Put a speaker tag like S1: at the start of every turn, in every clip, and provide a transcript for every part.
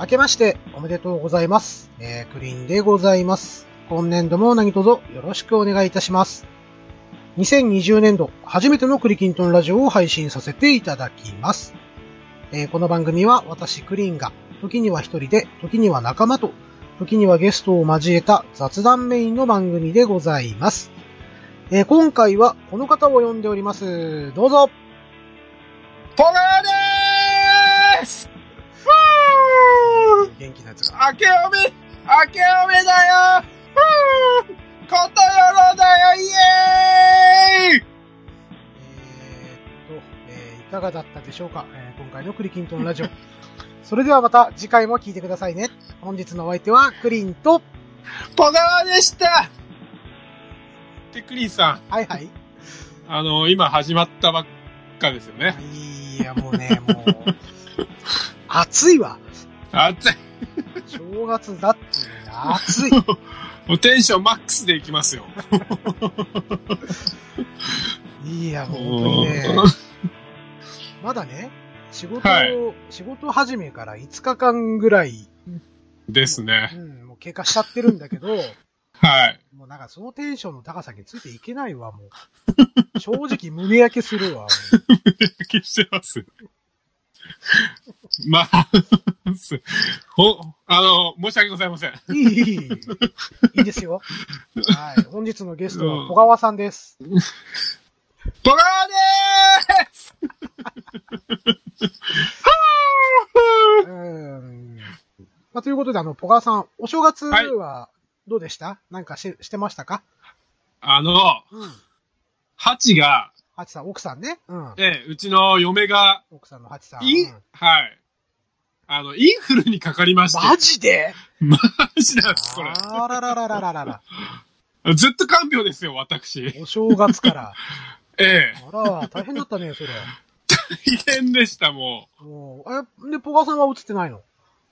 S1: 明けましておめでとうございます。えー、クリーンでございます。今年度も何卒よろしくお願いいたします。2020年度初めてのクリキントンラジオを配信させていただきます。えーこの番組は私クリーンが時には一人で、時には仲間と、時にはゲストを交えた雑談メインの番組でございます。えー今回はこの方を呼んでおります。どうぞ
S2: トガでーすふぅー
S1: 元気なやつが。
S2: 明けおめ、明けおめだよふぅーことよろだよイエーイ
S1: えーっと、えーいかがだったでしょうか、えー今回のクリキントンラジオ。 それではまた次回も聞いてくださいね。本日のお相手はクリンと、
S2: トガでしたてクリーンさ
S1: はいはい。
S2: ん、あの、今始まったばっかですよね。
S1: いや、もうね、もう、暑いわ。
S2: 暑い。
S1: 正月だっていうのに暑い。
S2: もうテンションマックスでいきますよ。
S1: いや、もう本当に ね、まだね、仕事を、
S2: はい
S1: 仕事始めから5日間ぐらい、
S2: ですね
S1: う。ん、もう経過しちゃってるんだけど、
S2: はい。
S1: もうなんかそのテンションの高さについていけないわ、も う。正直胸焼けするわ。もう
S2: 消してます。まあ、 すほ、あの、申し訳ございません。
S1: いい、いい、いい。いいですよ。はい。本日のゲストは小川さんです。
S2: トガでーすは
S1: うーん。まあ、ということで、あの、小川さん、お正月はどうでした、なんかししてましたか
S2: あの、
S1: うん。
S2: ハチが、
S1: ハチさん、奥さんね。うん。
S2: ええ、うちの嫁が、
S1: 奥さんのハチさん。
S2: イン、
S1: うん
S2: はい。あの、インフルにかかりまして。
S1: マジで
S2: マジなんです、これ。
S1: あららららららら。
S2: ずっと看病ですよ、私。
S1: お正月から。
S2: ええ。
S1: あら、大変だったね、それ。
S2: 大変でした、もう。
S1: もう、え、で、小川さんは映ってないの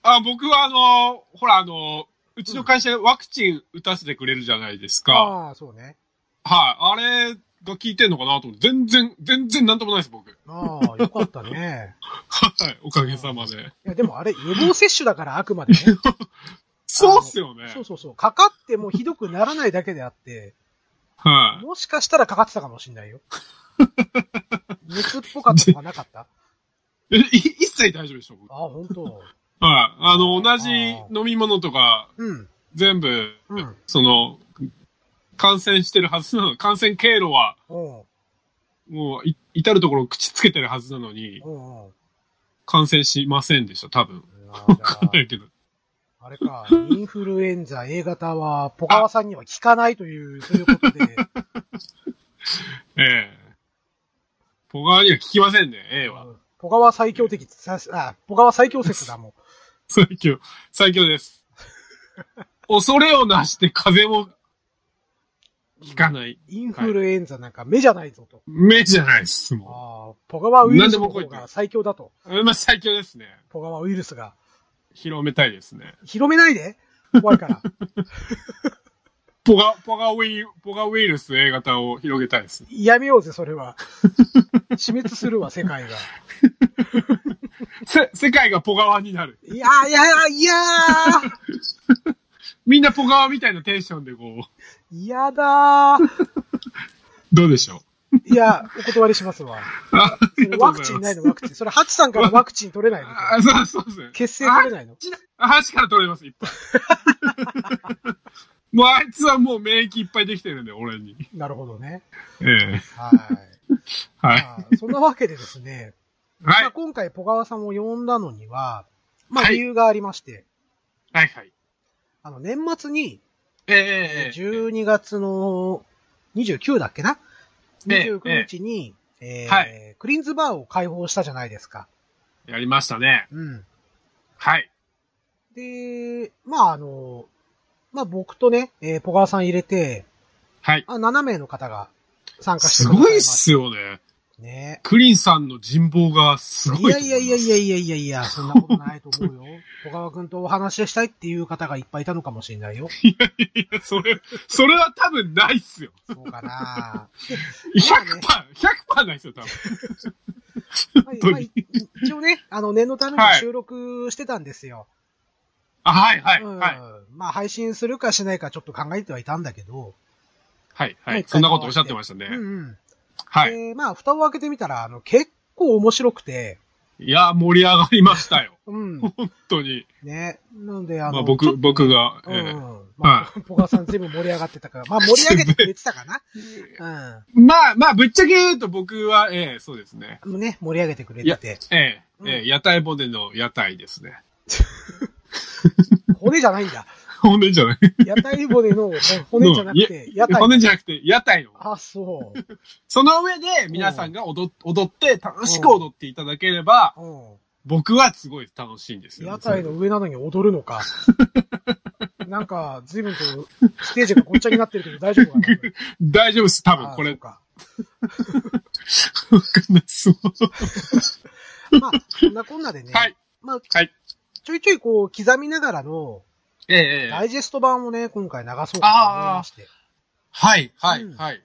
S2: あ、僕はあの、ほら、あの、うちの会社ワクチン打たせてくれるじゃないですか。
S1: ああー、そうね。
S2: はい。あれが効いてんのかなと思って、全然、全然なんともないです、僕。
S1: ああ、よかったね。
S2: はい。おかげさまで。
S1: いや、でもあれ、予防接種だから、あくまでね。
S2: そうっすよね。
S1: そうそうそう。かかってもひどくならないだけであって、
S2: はい。
S1: もしかしたらかかってたかもしんないよ。熱っぽかったとかなかった
S2: え、い一切大丈夫でしょ僕
S1: あ、本当。
S2: はい。あの、同じ飲み物とか、
S1: うん。
S2: 全部、
S1: うん。
S2: その、感染してるはずなの。感染経路は、
S1: おう
S2: もうい、至るところ口つけてるはずなのに、
S1: おうお
S2: 感染しませんでした、多分。
S1: うなあじゃあ
S2: だけど。
S1: あれか、インフルエンザ A 型は、ポカワさんには効かないという、ということで、
S2: ええポガーには効きませんね、A は。
S1: ポカワ最強的、さあ、ポカワ最強説だもん。
S2: 最強、最強です。恐れをなして風邪も効かない。
S1: インフルエンザなんか目じゃないぞと。
S2: 目じゃないです、も
S1: ああ、ポカワウイルスの方が最強だと。
S2: う。まあ、最強ですね。
S1: ポカワウイルスが。
S2: 広めたいですね。
S1: 広めないで怖いから。
S2: ポガ、ポガウイ、ポガウイルス A 型を広げたいです。
S1: やめようぜ、それ は。死滅するわ、世界が。
S2: せ、世界がポガワになる。
S1: いやーいやーいやー
S2: みんなポガワみたいなテンションでこう、
S1: いやだー
S2: どう でしょ
S1: いや、お断りしますわ。
S2: う。あ、ありがとうご
S1: ワ
S2: ざ
S1: クチン
S2: いま
S1: ない
S2: す。
S1: の、ワクチン。それ、ハチさんからワクチン取れないの
S2: あ、そうそうですね。
S1: 血清取れないの
S2: あ箸から取れます、いっぱい。 もうあいつはもう免疫いっぱいできてるんで、俺に。
S1: なるほどね。
S2: ええ
S1: はい。
S2: はい。
S1: まあそんなわけでですね、
S2: はい
S1: まあ、。今回、ポガワさんを呼んだのには、まあ、
S2: はい
S1: 理由がありまして、
S2: はいはい。
S1: あの、年末に、
S2: ええええええ
S1: 12月の29だっけな
S2: ええ
S1: ?29 日に、えー
S2: は
S1: クリーンズバーを開放したじゃないですか。
S2: やりましたね。
S1: うん。
S2: はい。
S1: で、まああの、まあ僕とね、えー、ポガワさん入れて、
S2: はい。
S1: あ7名の方が参加して
S2: す
S1: くだ
S2: ご
S1: さい
S2: いっ
S1: まし
S2: すよね。
S1: たね。
S2: クリンさんの人望がすごい
S1: い
S2: と思
S1: や
S2: ます
S1: いやいやいやいやいやいや、そんなことないと思うよ。 小川くんとお話ししたいっていう方がいっぱいいたのかもしれないよ。
S2: いや、それ、それは多分ないっすよ。
S1: そうか な
S2: 100%、100%ないっすよ、多分。
S1: まあ
S2: 当に
S1: まあ一応ね、あの念のために収録してたんですよ。
S2: あ、はい、はい、
S1: うん
S2: はい。
S1: まあ、配信するかしないかちょっと考えてはいたんだけど、
S2: はい、は
S1: はい
S2: い。そんなことおっしゃってましたね。
S1: うんうん。
S2: はい。
S1: で、まあ、蓋を開けてみたら、あの、結構面白くて、
S2: いや、盛り上がりましたよ。
S1: うん。
S2: 本当に。
S1: ね。なので、あの、
S2: まあ
S1: ち
S2: 僕、
S1: ょっと
S2: 僕が、
S1: う
S2: え
S1: ん
S2: え
S1: うん。まあ、ポカさん全部盛り上がってたから、まあ盛り上げてくれてたか な。
S2: まあ、まあ、ぶっちゃけ言うと僕は、ええそうですね。
S1: うん。ね、盛り上げてくれてて。
S2: ええ
S1: うん
S2: ええ屋台骨の屋台ですね。
S1: 骨じゃないんだ。
S2: 骨じゃない。
S1: 屋台骨 の骨じゃなくて、屋台。
S2: 骨じゃなくて、屋台の。
S1: あ、そう。
S2: その上で、皆さんが踊っ踊って、楽しく踊っていただければ、
S1: うん。
S2: 僕はすごい楽しいんですよ、
S1: 屋台の。上なのに踊るの か。なんか、随分と、ステージがごっちゃになってるけど大丈夫か なこれ
S2: 大丈夫です、多
S1: あ
S2: 分、
S1: ー
S2: こ
S1: そう
S2: れ。
S1: か。
S2: わかんないそう
S1: まあ、そんなこんなでね、
S2: はい。
S1: まあ、
S2: はい。
S1: ちょいちょいこう、刻みながらの、
S2: ええええ
S1: ダイジェスト版をね、今回流そうかと思いまして。
S2: はい、は
S1: うん
S2: い、はい。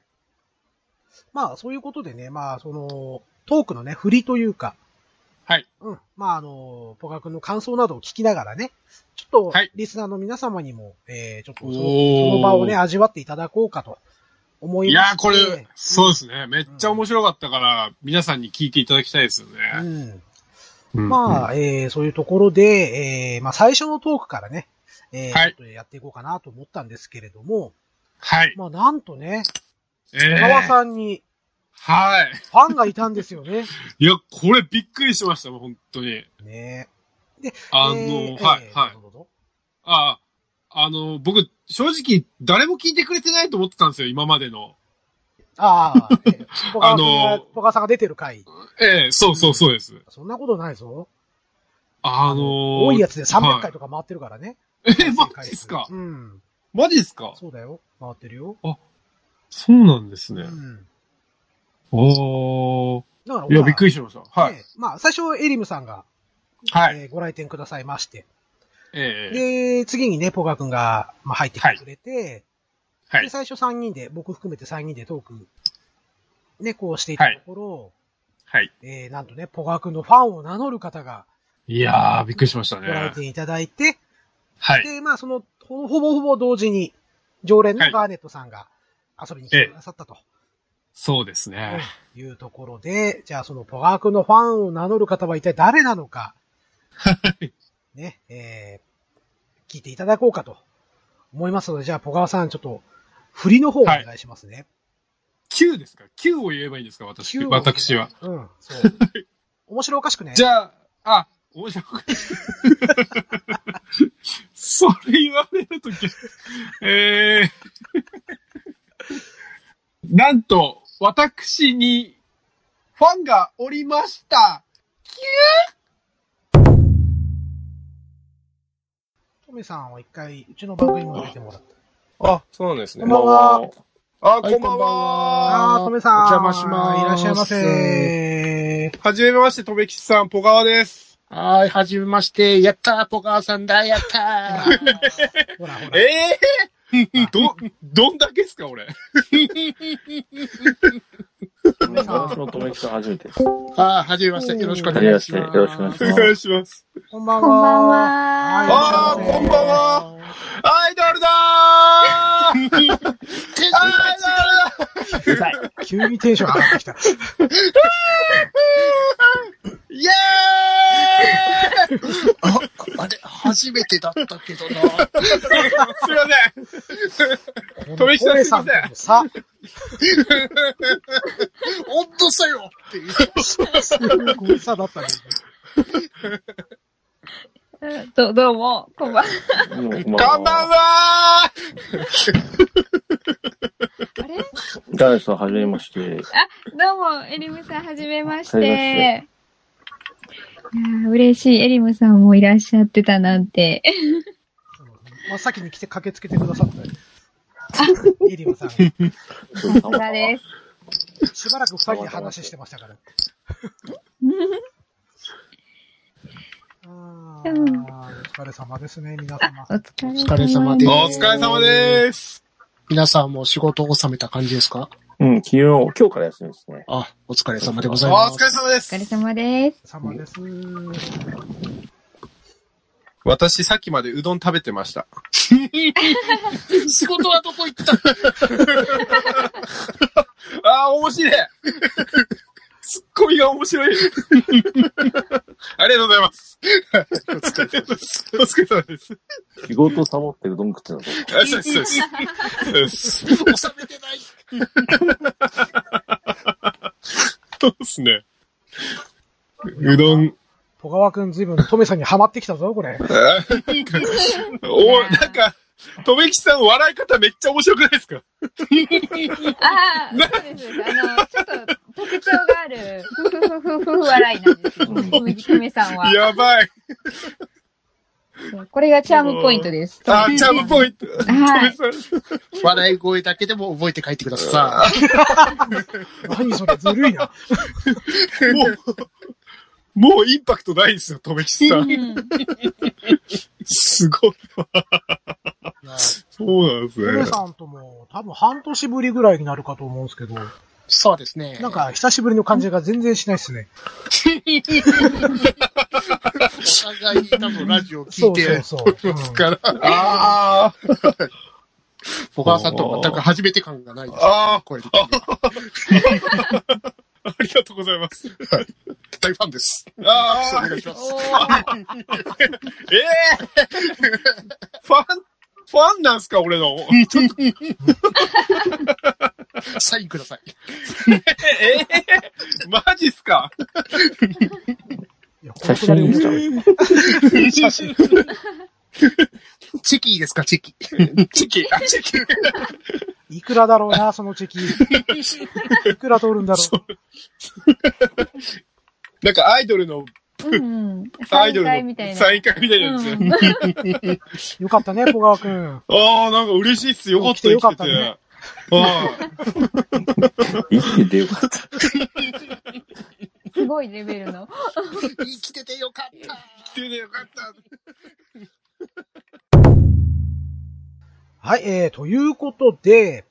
S1: まあ、そういうことでね、まあ、その、トークのね、振りというか、
S2: はい。
S1: うん。まあ、あの、ポカ君の感想などを聞きながらね、ちょっと
S2: はい、
S1: リスナーの皆様にも、えー、ちょっとその、
S2: おー
S1: その場をね、味わっていただこうかと思い
S2: い
S1: ま
S2: や
S1: し
S2: ー、
S1: て
S2: これ、そうですね。めっちゃ面白かったから、皆さんに聞いていただきたいですよ
S1: う
S2: ね。
S1: ん。
S2: うん
S1: まあ、えー、そういうところで、えー、まあ、最初のトークからね、えー、
S2: はい
S1: ちょっとやっていこうかなと思ったんですけれども、
S2: はい。
S1: まあ、なんとね、
S2: ええ
S1: 川さんに
S2: はい。
S1: ファンがいたんですよね。
S2: いや、これびっくりしました、もう本当に。
S1: ね
S2: あの、
S1: えー
S2: はい
S1: え、ー
S2: はい
S1: ど。うぞどうぞ
S2: ああの、僕、正直、誰も聞いてくれてないと思ってたんですよ、今までの。
S1: ああ、えー、ポカさんが、
S2: あの
S1: ポカさんが出てる回。
S2: ええそうそうそうです。
S1: そんなことないぞ。
S2: あのー
S1: 多いやつで300
S2: はい
S1: 回とか回ってるからね。
S2: え、マジっすか
S1: うん。
S2: マジっすか
S1: そうだよ。回ってるよ。
S2: そうなんです
S1: う
S2: ね。
S1: ん。
S2: おー。
S1: だから、
S2: いや、びっく
S1: り。
S2: りしました。はい。
S1: ねまあ、最初、エリムさんが、
S2: はい。
S1: えーご来店くださいまして。
S2: ええ
S1: で、次にね、ポガ君が、まあ、入ってきてくれて、
S2: は
S1: で、
S2: い。
S1: 最初3人で、僕含めて3人でトーク、ね、こうしていたところ、
S2: はい。
S1: えーなんとね、ポガ君のファンを名乗る方が
S2: いやー、びっくりしました
S1: ご
S2: ね。
S1: 来店いただいて、
S2: はい。
S1: で、まあ、その、ほほぼほぼ同時に、常連
S2: は
S1: の
S2: い
S1: ガーネットさんが遊びに来てくださったと。
S2: そうですね。
S1: というところで、じゃあそのポガークのファンを名乗る方は一体誰なのか、
S2: はい。
S1: ね、えー、聞いていただこうかと思いますので、じゃあポガーさんちょっと、振りの方をお願いしますね。
S2: 9ですか ?9 を言えばいいんですか私、
S1: Q を
S2: 私は。。
S1: うん、そう。面白おかしくね。
S2: じゃあ、あ、面白くない。それ言われるとき、えー、 なんと、私に、ファンがおりました。
S1: トメさんは一回、うちの番組にも出てもらった。
S3: あ、そうなんですね。
S1: こんばんは。
S3: あ、
S2: はい
S3: こんば
S2: こん
S3: ん
S2: ばん
S3: は。
S1: あー、トメさん。
S3: お邪魔します
S1: いらっしゃいませ。
S3: はじめまして、とべきちさん、ポガワです。
S4: はい、はじめまして。やったー、ポカーさんだ、やったー。
S1: ほらほら。
S2: ええー、 ど、どんだけですか、俺。
S1: トメさ
S5: そ
S1: ん、
S5: の友きさん初めてです。
S4: あーはじめまして。よろしくお
S5: は
S4: 願
S5: じめま
S4: い
S5: し、
S4: して
S5: よ
S4: ます。
S5: ろしくお願いし
S2: お
S5: ま
S2: 願
S5: す。
S2: いします。
S1: こんばんは。
S6: こんばん
S1: はい
S6: は。
S3: あー、こんばんは。アイドルだーアイド
S5: うざい。
S1: 急にテンション上がってき た。
S3: ルイエーイ
S4: ああれ、初めてだったけどな。
S3: すいません。
S1: ト
S3: 留
S1: メ
S3: 吉さん
S1: さんとの差。
S4: 温度差よっていう。
S1: すごい差だったね。
S6: どどうも、こんばんは。
S5: もうこん
S3: こんばん。は
S6: あれ
S5: ダイスは初めまして。
S6: どうも、エリムさん、はじめまし
S5: はじ
S6: て。いやー嬉しい。エリムさんもいらっしゃってたなんて。
S1: 真っ先に来て駆けつけてくださったよ。イリムさん、
S5: そう
S6: さすがです。
S1: しばらく二人で話してましたから。 あー
S6: うん
S1: お疲れ様ですね、皆様
S6: お。疲れ様です。
S4: お
S3: お
S4: 疲れ様です
S3: 疲れ様です。
S4: 皆さんも仕事を収めた感じですか
S5: うん、昨日、今日から休みですね。
S4: あ、お疲れ様でご
S3: お
S4: ざいます。
S3: 疲れ様で
S6: お
S3: す
S6: 疲。れ様です。
S1: 様です。
S2: 私さっきまでうどん食べてました。
S4: 仕事はどこ行った
S2: ああ、面白いツッコミが面白いありがとうございます。お疲れ様です。お疲れ様です。
S5: 仕事サボってうどん食ってたぞ。
S2: あそうですそうですそうです。
S4: 収めてない。
S2: そうですね。うど ん。
S1: 戸川くんずいぶんトメさんにハマってきたぞ、これ。
S2: あなんかお、なんか、とめきさん笑い方めっちゃ面白くないですか
S6: ああ、そうです。あの、ちょっと特徴がある、ふふふふふふ笑いなんですよ。
S5: うん
S6: ふみふみさんは。
S2: やばい。
S6: そうこれがチャームポイントです。
S2: あ、チャームポイント。と
S6: は
S2: め
S6: い。
S2: さん。
S4: 笑い声だけでも覚えて帰ってください。
S1: 何それ、ずるいな。
S2: もう、もうインパクトないですよ、とめきさ。
S6: うんん
S2: すごいわ。そうなんです
S1: トメ
S2: ね。
S1: さんとも多分半年ぶりぐらいになるかと思うんですけど、な
S4: そうですね。
S1: んか久しぶりの感じが全然しないですね。
S4: お互いに多分ラジオ聞
S1: そ
S4: いう
S1: そう
S4: て、
S1: そう。うん
S2: から、ああ、
S4: 小川さんと全く初めて感がないです。
S2: あ
S4: 声的に
S2: ありがとうございます。
S4: 大ファンです。
S2: あ
S4: お
S2: あ、
S4: 願いします。
S2: ええファン、ファンなんすか、俺 の。
S4: サインください。
S2: ええマジっすか。
S1: いやこの
S5: 写
S1: くだり
S5: 真
S1: 面
S5: 見た
S1: 白い。
S5: い。
S1: 写真
S4: チェキいいですか、チェキ。
S2: チキ、あ、チキ。
S1: いくらだろうな、そのチェキ。いくら取るんだろう。
S2: なんかアイドルの、
S6: うんうん。
S2: アイ
S6: 再
S2: ドル
S6: 会
S2: の
S6: みたいな。
S2: サイン会みたいなやつ。
S6: うん
S1: よかったね、小川くん。
S2: ああ、なんか嬉しいっす。よかっ
S1: 来
S2: た、
S1: てよか
S2: 生
S1: っ
S2: きて
S1: た
S2: て。
S1: ね
S2: はい
S5: 生きててよかった。
S6: すごいレベルの。
S4: 生きててよかった。
S2: 来ててよかった。
S1: はい、えー、ということで、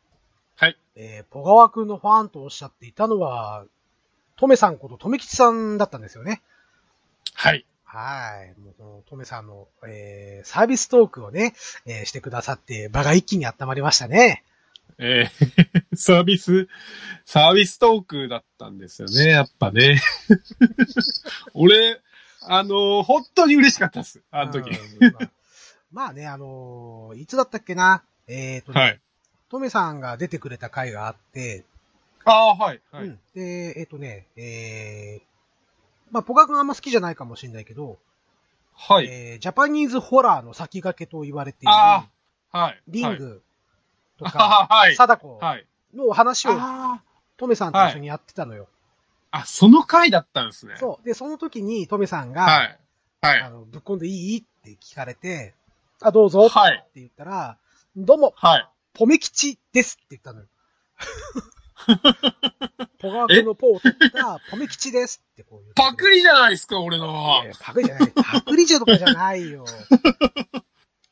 S2: はい。
S1: えー、小川くんのファンとおっしゃっていたのは、トメさんこと、トメ吉さんだったんですよね。
S2: はい。
S1: はい。もう、このトメさんの、えー、サービストークをね、えーしてくださって、場が一気に温まりましたね。
S2: えー サービス、サービストークだったんですよね、やっぱね。俺、あのー本当に嬉しかったです、あの時。
S1: うんまあまあね、あのーいつだったっけな。えっ、と、
S2: はい。
S1: トメさんが出てくれた回があって、
S2: ああー、はい。は
S1: う
S2: い。
S1: ん。で、えっ、とね、えー、まあ、ポカ君あんま好きじゃないかもしれないけど、
S2: はい。
S1: えー、ジャパニーズホラーの先駆けと言われている、
S2: ああ、はい。
S1: リングと か、
S2: ああ、はい。
S1: 貞子
S2: はい。
S1: のお話を、
S2: あ
S1: トメさんと一緒にやってたのよ。
S2: あ、あ、その回だったんですね。
S1: そう。で、その時にトメさんが、
S2: はい。は
S1: あ
S2: い。
S1: の、ぶっこんでいいって聞かれて、あ、どうぞって
S2: はい。
S1: 言ったら、どうも、
S2: はい。
S1: ポメ吉ですって言ったの よ。ポガワ君のポを取ったポメ吉ですってこう言って
S2: パクリじゃないですか、俺の
S1: い。やパクリじゃない。パクリじゃとかじゃない よ。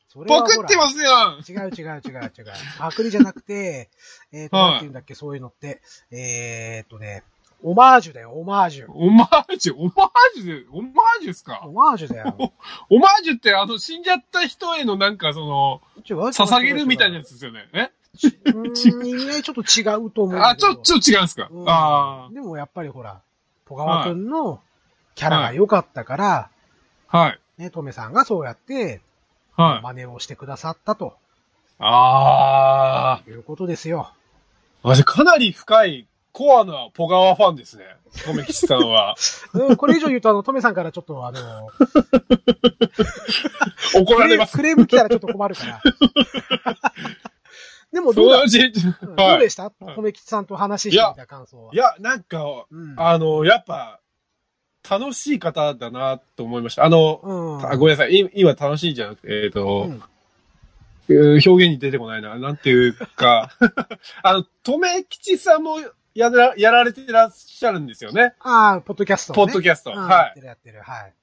S1: それはほ
S2: パ
S1: ら
S2: クってますや
S1: 違
S2: ん。
S1: う違う違う違う。パクリじゃなくて、えっ、と、
S2: はい
S1: なんて言うんだっけ、そういうのって。えーっとね、オマージュだよ、オマージュ。
S2: オマージュ、オマージュで、オマージュっすか
S1: オマージュだよ。
S2: オマージュって、あの、死んじゃった人へのなんか、その、
S1: ちょ
S2: 捧げるみたいなや。つですよね。え
S1: うーん、意味合いちょっと違うと思うんだ
S2: あ、
S1: け
S2: ち
S1: ど
S2: ょ、ちょっと違うんですか
S1: うん
S2: あ
S1: でもやっぱりほら、戸川くんのキャラが良かったから、
S2: あ。はい。
S1: ね、トメさんがそうやって
S2: はい。
S1: 真似をしてくださったと
S2: ああ。
S1: いうことですよ。
S2: 私、かなり深い、コアなポガワファンですね。とめきちさん は。
S1: うん、これ以上言うと、あの、トメさんからちょっと、あの、
S2: 怒
S1: ク
S2: ら
S1: レーム
S2: れます。
S1: クレーム来たらちょっと困る から。でもど
S2: そうう
S1: だ、
S2: いうじ
S1: うんどう
S2: はい。
S1: でしたとめきちさんと話してみた感想は。
S2: いや、なんか、
S1: うん、
S2: あの、やっぱ、楽しい方だなと思いました。あの、
S1: うん。
S2: あごめんなさい。い今楽しいじゃなくて、えっ、と、
S1: うん
S2: えー表現に出てこないな。なんていうか、 あの、とめきちさんもやらやられてらっしゃるんですよね。
S1: ああ、ポッドキャスト、ね。
S2: ポッドキャスト。
S1: うんや
S2: は
S1: ってるやってる。はい。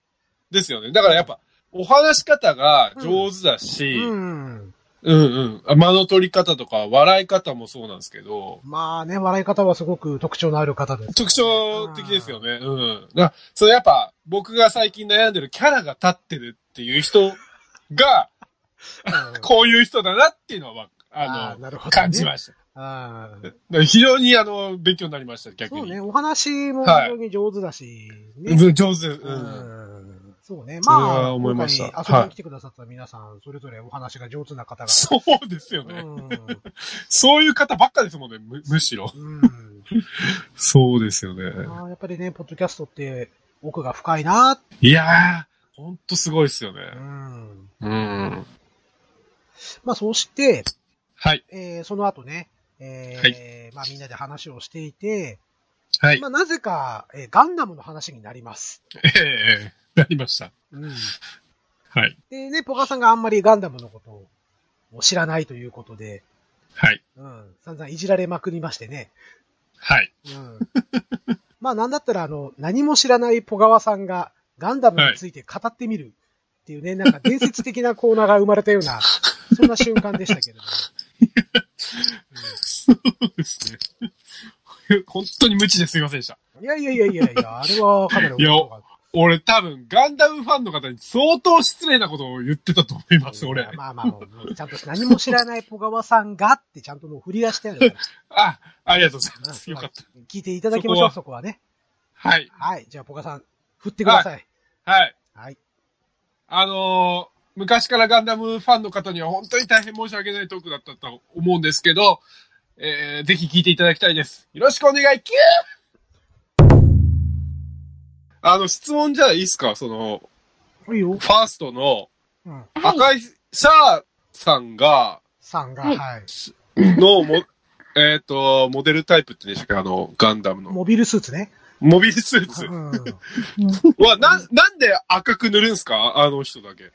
S2: い。ですよね。だからやっぱ、お話し方が上手だし、う、
S1: うんん。
S2: うんうん間の取り方とか、笑い方もそうなんですけど、
S1: まあね、笑い方はすごく特徴のある方です。
S2: 特徴的ですよね。うん。だからそれやっぱ、僕が最近悩んでるキャラが立ってるっていう人が、
S1: うん
S2: こういう人だなっていうのは、
S1: あ
S2: あ
S1: ーなるほどね
S2: の、感じました。
S1: あー
S2: だから非常に、あの、勉強になりました、逆
S1: そう
S2: に。
S1: ね、お話も非常に上手だし、ね。
S2: うん上手。
S1: う
S2: うん
S1: んそうね。
S2: そ
S1: ま
S2: れ
S1: あ、
S2: は思いました
S1: 今回遊びに来てくださった皆さん、それぞれお話が上手な方が。
S2: そうですよ
S1: う
S2: ね。
S1: ん。
S2: そういう方ばっかですもんね、むむしろ。
S1: うん。
S2: そうですよね。
S1: あーやっぱりね、ポッドキャストって奥が深いな。
S2: いやー、ほんとすごいですよ
S1: う
S2: ね。
S1: ん。
S2: うん。
S1: まあ、そうして、
S2: はい。
S1: えーその後ね、えーまあ、みんなで話をしていて、
S2: はい
S1: ま。あ、なぜか、えーガンダムの話になります。
S2: ええなりました。
S1: うん。
S2: はい。
S1: でね、ポカさんがあんまりガンダムのことを知らないということで、
S2: はい。
S1: うん、散々いじられまくりましてね。
S2: はい。
S1: うん。まあなんだったらあの、何も知らないポガワさんがガンダムについて語ってみるっていうね、なんか伝説的なコーナーが生まれたような、そんな瞬間でしたけれども。
S2: そうですね。 本当に無知ですいませんでした。
S1: いやいやいやいやいや、あれはかなり面白かった
S2: 俺多分、ガンダムファンの方に相当失礼なことを言ってたと思います、俺。
S1: まあまあ、もうちゃんと何も知らないポガワさんがってちゃんともう振り出してある から。
S2: あ、ありがとうございま
S1: う
S2: す。
S1: ん
S2: よかった。
S1: 聞いていただきましょう、そ
S2: そ
S1: こはね。
S2: はい。
S1: はい。じゃあ、ポカさん、振ってください。
S2: はい。
S1: はい。
S2: あのー昔からガンダムファンの方には本当に大変申し訳ないトークだったと思うんですけど、えー、ぜひ聞いていただきたいです。よろしくお願い、キューあの、質問じゃあいいですかその、
S1: いいよ。
S2: ファーストの
S1: うん。
S2: 赤いシャーさんが、
S1: さんが、
S6: はい
S1: はい。
S2: のも、 えっ、と、モデルタイプって言うんでしたっけあの、ガンダムの。
S1: モビルスーツね。
S2: モビルスーツ
S1: う。ん。
S2: は、な、なんで赤く塗るんすかあの人だけ。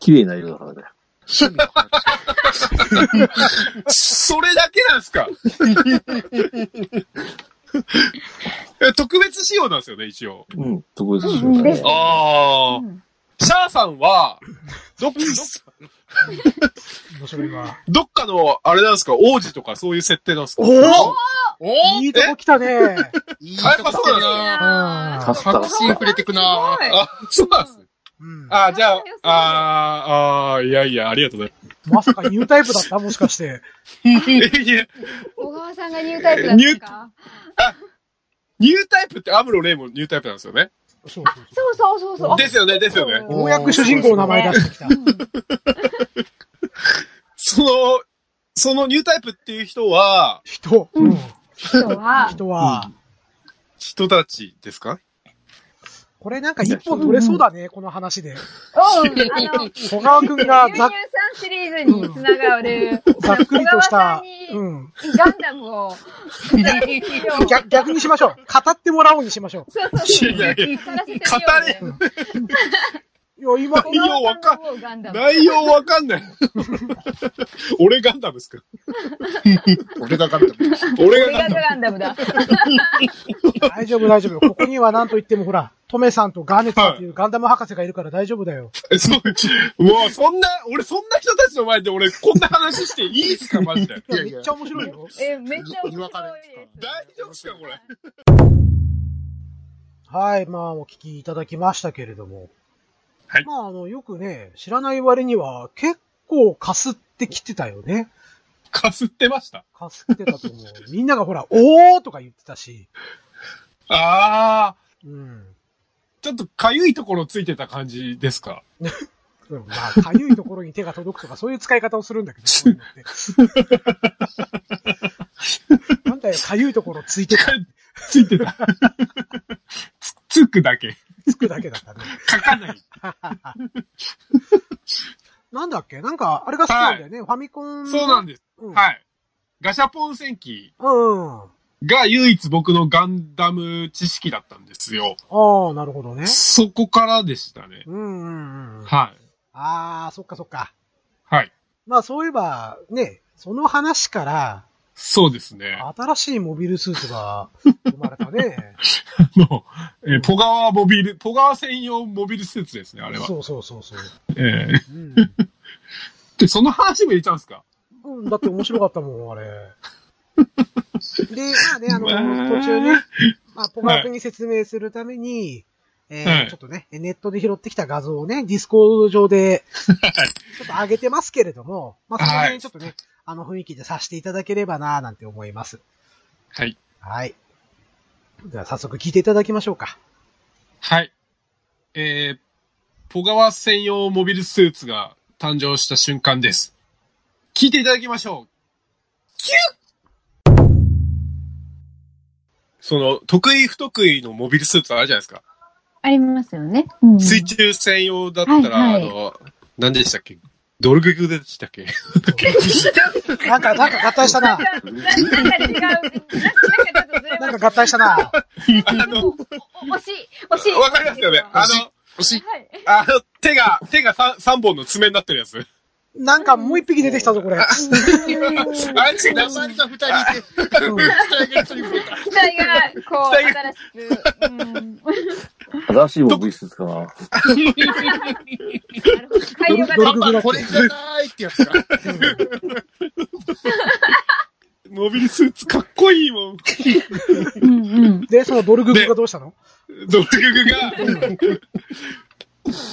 S5: 綺麗な色だからね。
S2: それだけなんすかえ特別仕様なんですよね、一応。
S5: うん。特別
S6: うんうん
S5: だ
S6: で
S5: ね
S6: す。
S2: あ
S6: う
S2: あ。
S6: ん
S2: シャアさんは、どっ、どっ
S1: 面白いわ。
S2: どっかの、あれなんですか、王子とかそういう設定なんですか
S1: おー
S4: お
S1: いいとこ来たね。
S4: いいとこ来てるな
S1: あ
S5: ー
S4: 拍手くれてくな
S6: すごい
S2: あ、そうなんですね。
S1: うん。
S2: あーじゃ
S6: 仲良すぎる
S2: あ、あーあー、いやいや、ありがとうござい
S1: まさかニュータイプだったもしかして。
S2: ます。いやいや
S6: 小川さんがニュータイプだったんですか
S2: ニュータイプってアムロ・レイもニュータイプなんですよね。
S1: そう
S6: あ
S1: そう、そ
S6: そうそうそうそう。
S2: ですよね、ですよね。
S1: う。ようやく主人公の名前出してきた。
S2: その、そのニュータイプっていう人は、
S1: 人。うん
S6: 人は、
S1: 人は、
S2: 人たちですか
S1: これなんか一本取れそうだね、この話で。
S6: うん、あの、
S1: 小川くんが
S6: 牛乳
S1: ざ
S6: さ
S1: っ
S6: んシリーズにつながる、
S1: ざっくりとし
S6: 小川さ
S1: た
S6: ん、に
S1: うん。
S6: ガンダムを、
S1: 逆、逆にしましょう。語ってもらおうにしましょ
S6: そうそうそう。
S2: いやいや
S6: 探せてみようね
S1: う。いや、今、
S6: 小
S2: いや
S6: 川
S2: わか
S6: さんのガンダム。
S2: 内容わかんない。 俺ガンダムですか
S4: 俺がガンダム。
S2: 俺
S6: 俺
S2: がガ
S6: が
S2: ンダム。
S6: ガンダムだ。
S1: 大丈夫大丈夫。ここには何と言ってもほら、トメさんとガーネットっていうガンダム博士がいるから大丈夫だよ。
S2: えそう、もうそんな、俺そんな人たちの前で俺こんな話していいです かマジで。
S4: いや
S1: め
S4: いや
S1: っちゃ面白いよ。
S6: え、めっちゃ面白いです。
S2: 大丈夫ですかこれ。
S1: はい、まあ、お聞きいただきましたけれども。
S2: はい
S1: まあ、あの、よくね、知らない割には、結構かすってきてたよね。
S2: かすってました。
S1: かすってたと思う。 みんながほら、おーとか言ってたし。
S2: ああ、
S1: うん。
S2: ちょっとかゆいところついてた感じですか
S1: でもまあ、かゆいところに手が届くとか、そういう使い方をするんだけど、そういうの って。なんだよ、かゆいところついてた。
S2: ついてた。つ、つくだけ。
S1: つくだけだったね。
S2: 書かない。
S1: なんだっけなんか、あれが好きなんだよね。ファミコン。
S2: そうなんです。
S1: うん。
S2: はい。ガシャポン戦記
S1: うん。あ
S2: が唯一僕のガンダム知識だったんですよ。
S1: あ、なるほどね。
S2: そこからでしたね。
S1: うんうんうん。
S2: はい。
S1: ああ、そっかそっか。
S2: はい。
S1: まあそういえば、ね、その話から、
S2: そうですね。あ
S1: 新しいモビルスーツが生まれたね。
S2: の、えーポガワモビル、ポガワ専用モビルスーツ ですね、あれは。
S1: そうそうそうそう。
S2: ええ
S1: うん。
S2: で、その話も入れちゃうんですか
S1: うんだって面白かったもん、あれ。で、まあね、あの、
S2: まあ
S1: 途中ね、まあ、ポガー君に説明するために、えー
S2: はい
S1: ちょっとね、ネットで拾ってきた画像をね、ディスコード上で、ちょっと上げてますけれども、まあ、その辺ちょっとね、あの雰囲気でさせていただければなぁなんて思います。
S2: はい。
S1: はい。では早速聞いていただきましょうか。
S2: はい。えー、ポガワ専用モビルスーツが誕生した瞬間です。聞いていただきましょう。キュッその、得意不得意のモビルスーツあるじゃないですか。
S6: ありますよね。うん
S2: 水中専用だったら、
S6: はいはい
S2: あの、何でしたっけドルググでしたっけ
S1: なんか、なんか合体したな。
S6: なんか違う。なんかちょっとずれま
S1: なん
S6: し
S1: か合体したな。
S2: あ
S6: た。
S2: の、
S6: 惜しい。惜しい。
S2: わかりますよ ね。あの、
S6: はい。
S2: あの、手が、 手が 3, 三本の爪になってるやつ。
S1: なんかもう一匹出てきたぞ、これ。
S2: あれ違う。
S4: 名前が二人いて、
S1: うん
S4: 二人が一人増えた。
S6: 期待が、こう、
S2: 期待
S6: 新しく。うん。
S5: 新しいモビルスーツかな。
S6: なるほど。改良が
S1: ド
S4: パ
S1: ルググ
S4: パ、
S1: だ
S4: これじゃないってやつか。
S2: モビルスーツかっこいいもん。
S6: うんうん。
S1: で、そのドルググがどうしたの
S2: ドルググが、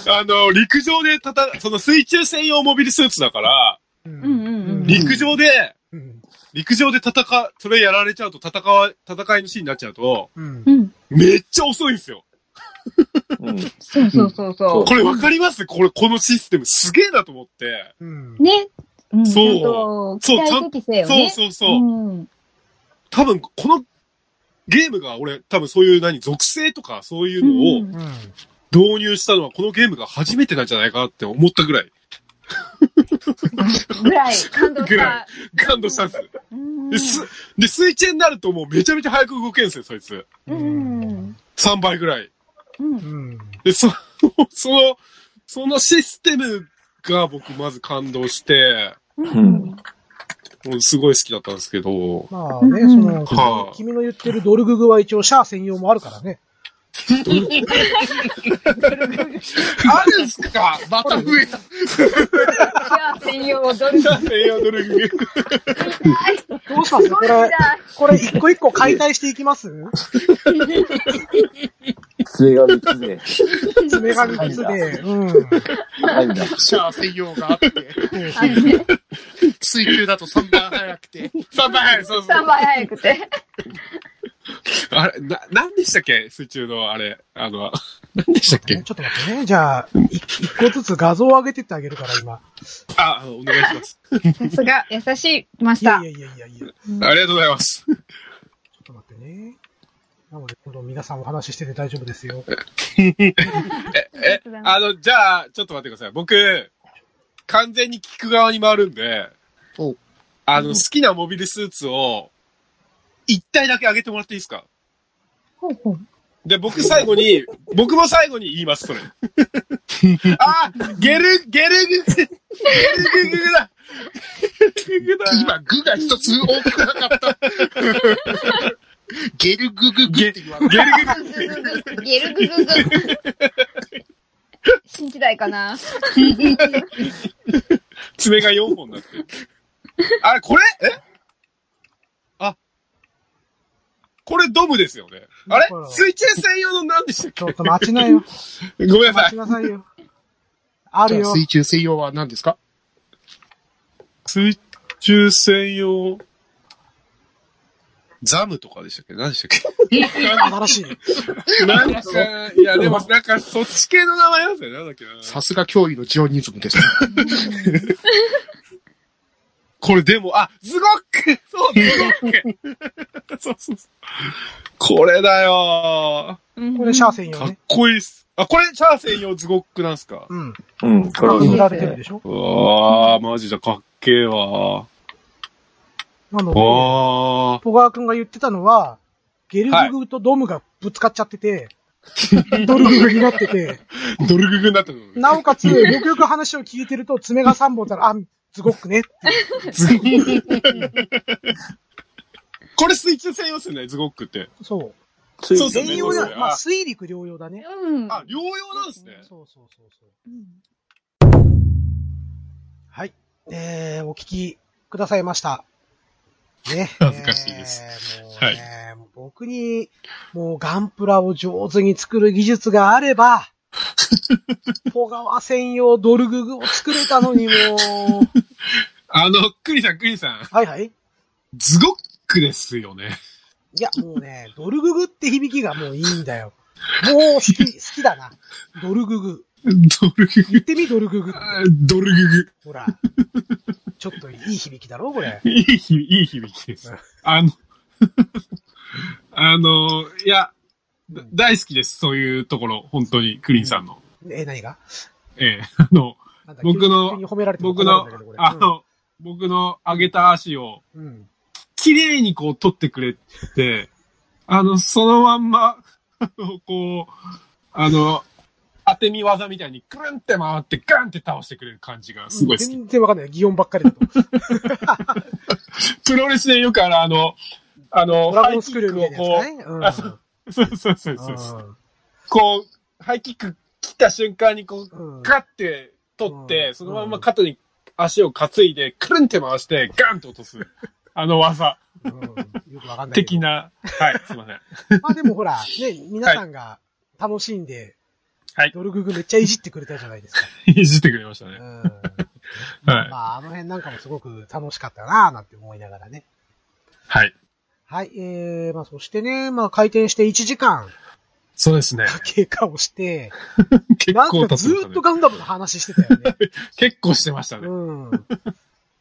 S2: あの、陸上でたた、その水中専用モビルスーツだから、
S1: う
S6: うんんうんうん。
S2: 陸上で、
S1: うん。
S2: 陸上で戦う、それやられちゃうと戦わ、戦いのシーンになっちゃうと、
S1: うん
S6: う。ん。
S2: めっちゃ遅いんですよ。
S5: うん。
S6: そうそうそうそ
S2: これわかりますこれ、このシステムすげえなと思って。
S1: うん
S6: う。。ね。うん
S2: そう
S6: ちゃんと期待適正よ
S2: そう
S6: ね。
S2: そうそう。
S6: うん。
S2: 多分、このゲームが俺、多分そういう何、属性とかそういうのを
S6: うん
S1: うん
S2: 導入したのは、このゲームが初めてなんじゃないかなって思ったぐらい、
S6: ぐらい感動し
S2: ぐら
S6: た。
S2: 感動したんです。
S6: うん
S2: で、す、で、水中になるともうめちゃめちゃ早く動けるんですよ、そいつ。
S6: うん。
S2: 3倍ぐらい。
S6: うん
S1: うん。
S2: で、その、 その、そのシステムが僕まず感動して、
S6: うん。
S2: もうすごい好きだったんですけど、
S1: まあね、
S6: うん
S1: その
S2: は、あ
S1: 君の言ってるドルググは一応シャア専用もあるからね。
S2: あるんすか
S4: また増えた。
S6: シャア専用ドル
S2: シャー専用ドルググ
S1: どうします
S6: すご
S1: こ
S6: いん
S1: れ、
S6: だ。
S1: これ一個一個解体していきます
S5: 杖が3つで、
S1: 爪が3つで。うん。
S5: 高いんだ。
S4: シャア専用があって、
S6: あのね
S4: 水中だと3番早くて、
S2: 3倍早い、そう
S6: ス
S2: そ
S6: タン
S2: う。
S6: バイ早くて。
S2: あれ、な、なんでしたっけ水中のあれ、あの、なんでしたっけ
S1: ちょっと待ってね。じゃあ、い一個ずつ画像を上げてってあげるから、今。
S2: あ、お願いします。
S6: さすが、優しい、マス
S1: いや
S6: タ
S1: い
S6: ー。
S1: やいやいやいや。
S2: ありがとうございます。
S1: ちょっと待ってね。なので、今度皆さんお話ししてて大丈夫ですよ。
S2: え、あの、じゃあ、ちょっと待ってください。僕、完全に聞く側に回るんで
S4: お、
S2: あの、好きなモビルスーツを、一体だけ上げてもらっていいですか
S6: ほうほう
S2: で、 僕最後に、僕も最後に言います、それ。あゲル、ゲルググ、ゲルグググだゲルググだ
S4: 今、具が一つ大きくなか った。ゲルグググって言わない。
S2: ゲルググ
S6: グググゲルグ ググ。新時代かな。
S2: 爪が4本になってる。あれ、これえあ、これドムですよね。あれ
S1: だから
S2: 水中専用の何でしたっ
S1: ちょっと待ちなよ。
S2: けごめんなさ
S1: 待
S2: い
S1: ち。なさいよ。あ
S4: じ
S1: る
S4: ゃあ
S1: よ。
S4: 水中専用は何ですか
S2: 水中専用、ザムとかでしたっけ何でしたっ
S1: 新しい。
S2: けなんか、いやでもなんかそっち系の名前なんですよね。なんだっけな。
S4: さすが脅威のジオニズムです。
S2: これでも、あ、ズゴックそう、ズゴックそうそうそう。これだよ
S1: これシャア
S6: ス。
S1: 専
S2: ー
S1: 用
S2: かっ
S1: ね。
S2: こいいっす。あ、これシャア専用ズゴックなんすか
S1: うん。
S5: うん、これ
S1: 売
S5: は
S1: られてるでしょ
S2: うわー、マジだ、かっけーわ
S1: なの
S2: ー。
S1: で、
S2: わー。
S1: 小川くんが言ってたのは、ゲルググとドムがぶつかっちゃってて、ドルググになってて、
S2: ドルググになったの。
S1: なおかつ、よくよく話を聞いてると爪が3本たら、あ、すごくねっていう。
S2: これ水中専用っすよね、ズゴックって。
S1: そう。
S5: つい
S2: そうそう
S1: 専用
S2: そう
S1: だ。
S2: そう
S1: まあ、水陸両用だね。
S6: うん。
S2: あ、療養なんですね。
S1: そうそうそうそう。はい。えー、お聞きくださいました。ね。
S2: 恥ずかしいです
S1: えーもうね、僕に、もうガンプラを上手に作る技術があれば、 小川専用ドルググを作れたのにもう、
S2: あの、クリさん、クリさん、
S1: はいはい。
S2: ズゴックですよね。
S1: いや、もうね、ドルググって響きがもういいんだよ。もう好き、好きだな。ドルググ。
S2: ドルググ
S1: 言ってみ、ドルググ。
S2: あー。 ドルググ。
S1: ほら。ちょっといい響きだろ、これ。
S2: いいひ、いい響きです。あの、 あの、いや、だ大好きです。そういうところ、本当に、クリンさんの。
S1: え、何が
S2: ええ、あの、
S1: なんだ
S2: 僕の
S1: 急に急に褒められても
S2: 僕
S1: 困る
S2: の
S1: んだけど、これ
S2: あの、僕の上げた足を、
S1: うんうん。
S2: 綺麗にこう取ってくれて、あの、そのまんま、あの、こう、あの、当て身技みたいにくるんって回ってガンって倒してくれる感じがすごい好き。
S1: 全然わかんない。擬音ばっかりだと。
S2: プロレスでよくあの、あの、あの、
S1: ドラ
S2: ハ
S1: ゴ
S2: イ
S1: ン
S2: キ
S1: スクリュ
S2: ッ
S1: ー
S2: ク
S1: みた
S2: を
S1: いな
S2: こ
S1: やつね。うん。
S2: う、あそうそうそうそうそうそう
S1: うん
S2: こう、ハイキック来た瞬間にこう、
S1: うん
S2: ガッて取って、
S1: うん
S2: そのまんま肩に足を担いで、くるんって回して、ガンって落とす。あの技、
S1: うんよくわかんないけ
S2: 的
S1: ど。
S2: な。はい、すいません。
S1: まあでもほら、ね、皆さんが楽しんで、
S2: はい
S1: ドルググめっちゃいじってくれたじゃないですか。
S2: いじってくれました
S1: う
S2: ね。
S1: ん。
S2: はい
S1: ま。ああの辺なんかもすごく楽しかったなぁなんて思いながらね。
S2: はい。
S1: はい。えー、まあそしてね、まあ回転して1時間
S2: そうですね。
S1: 経過をして、
S2: 結
S1: なん
S2: 構
S1: か
S2: 経ってま
S1: ず
S2: した
S1: ーっ
S2: ね
S1: と。ガンダムの話してたよね。
S2: 結構してましたね。
S1: うん。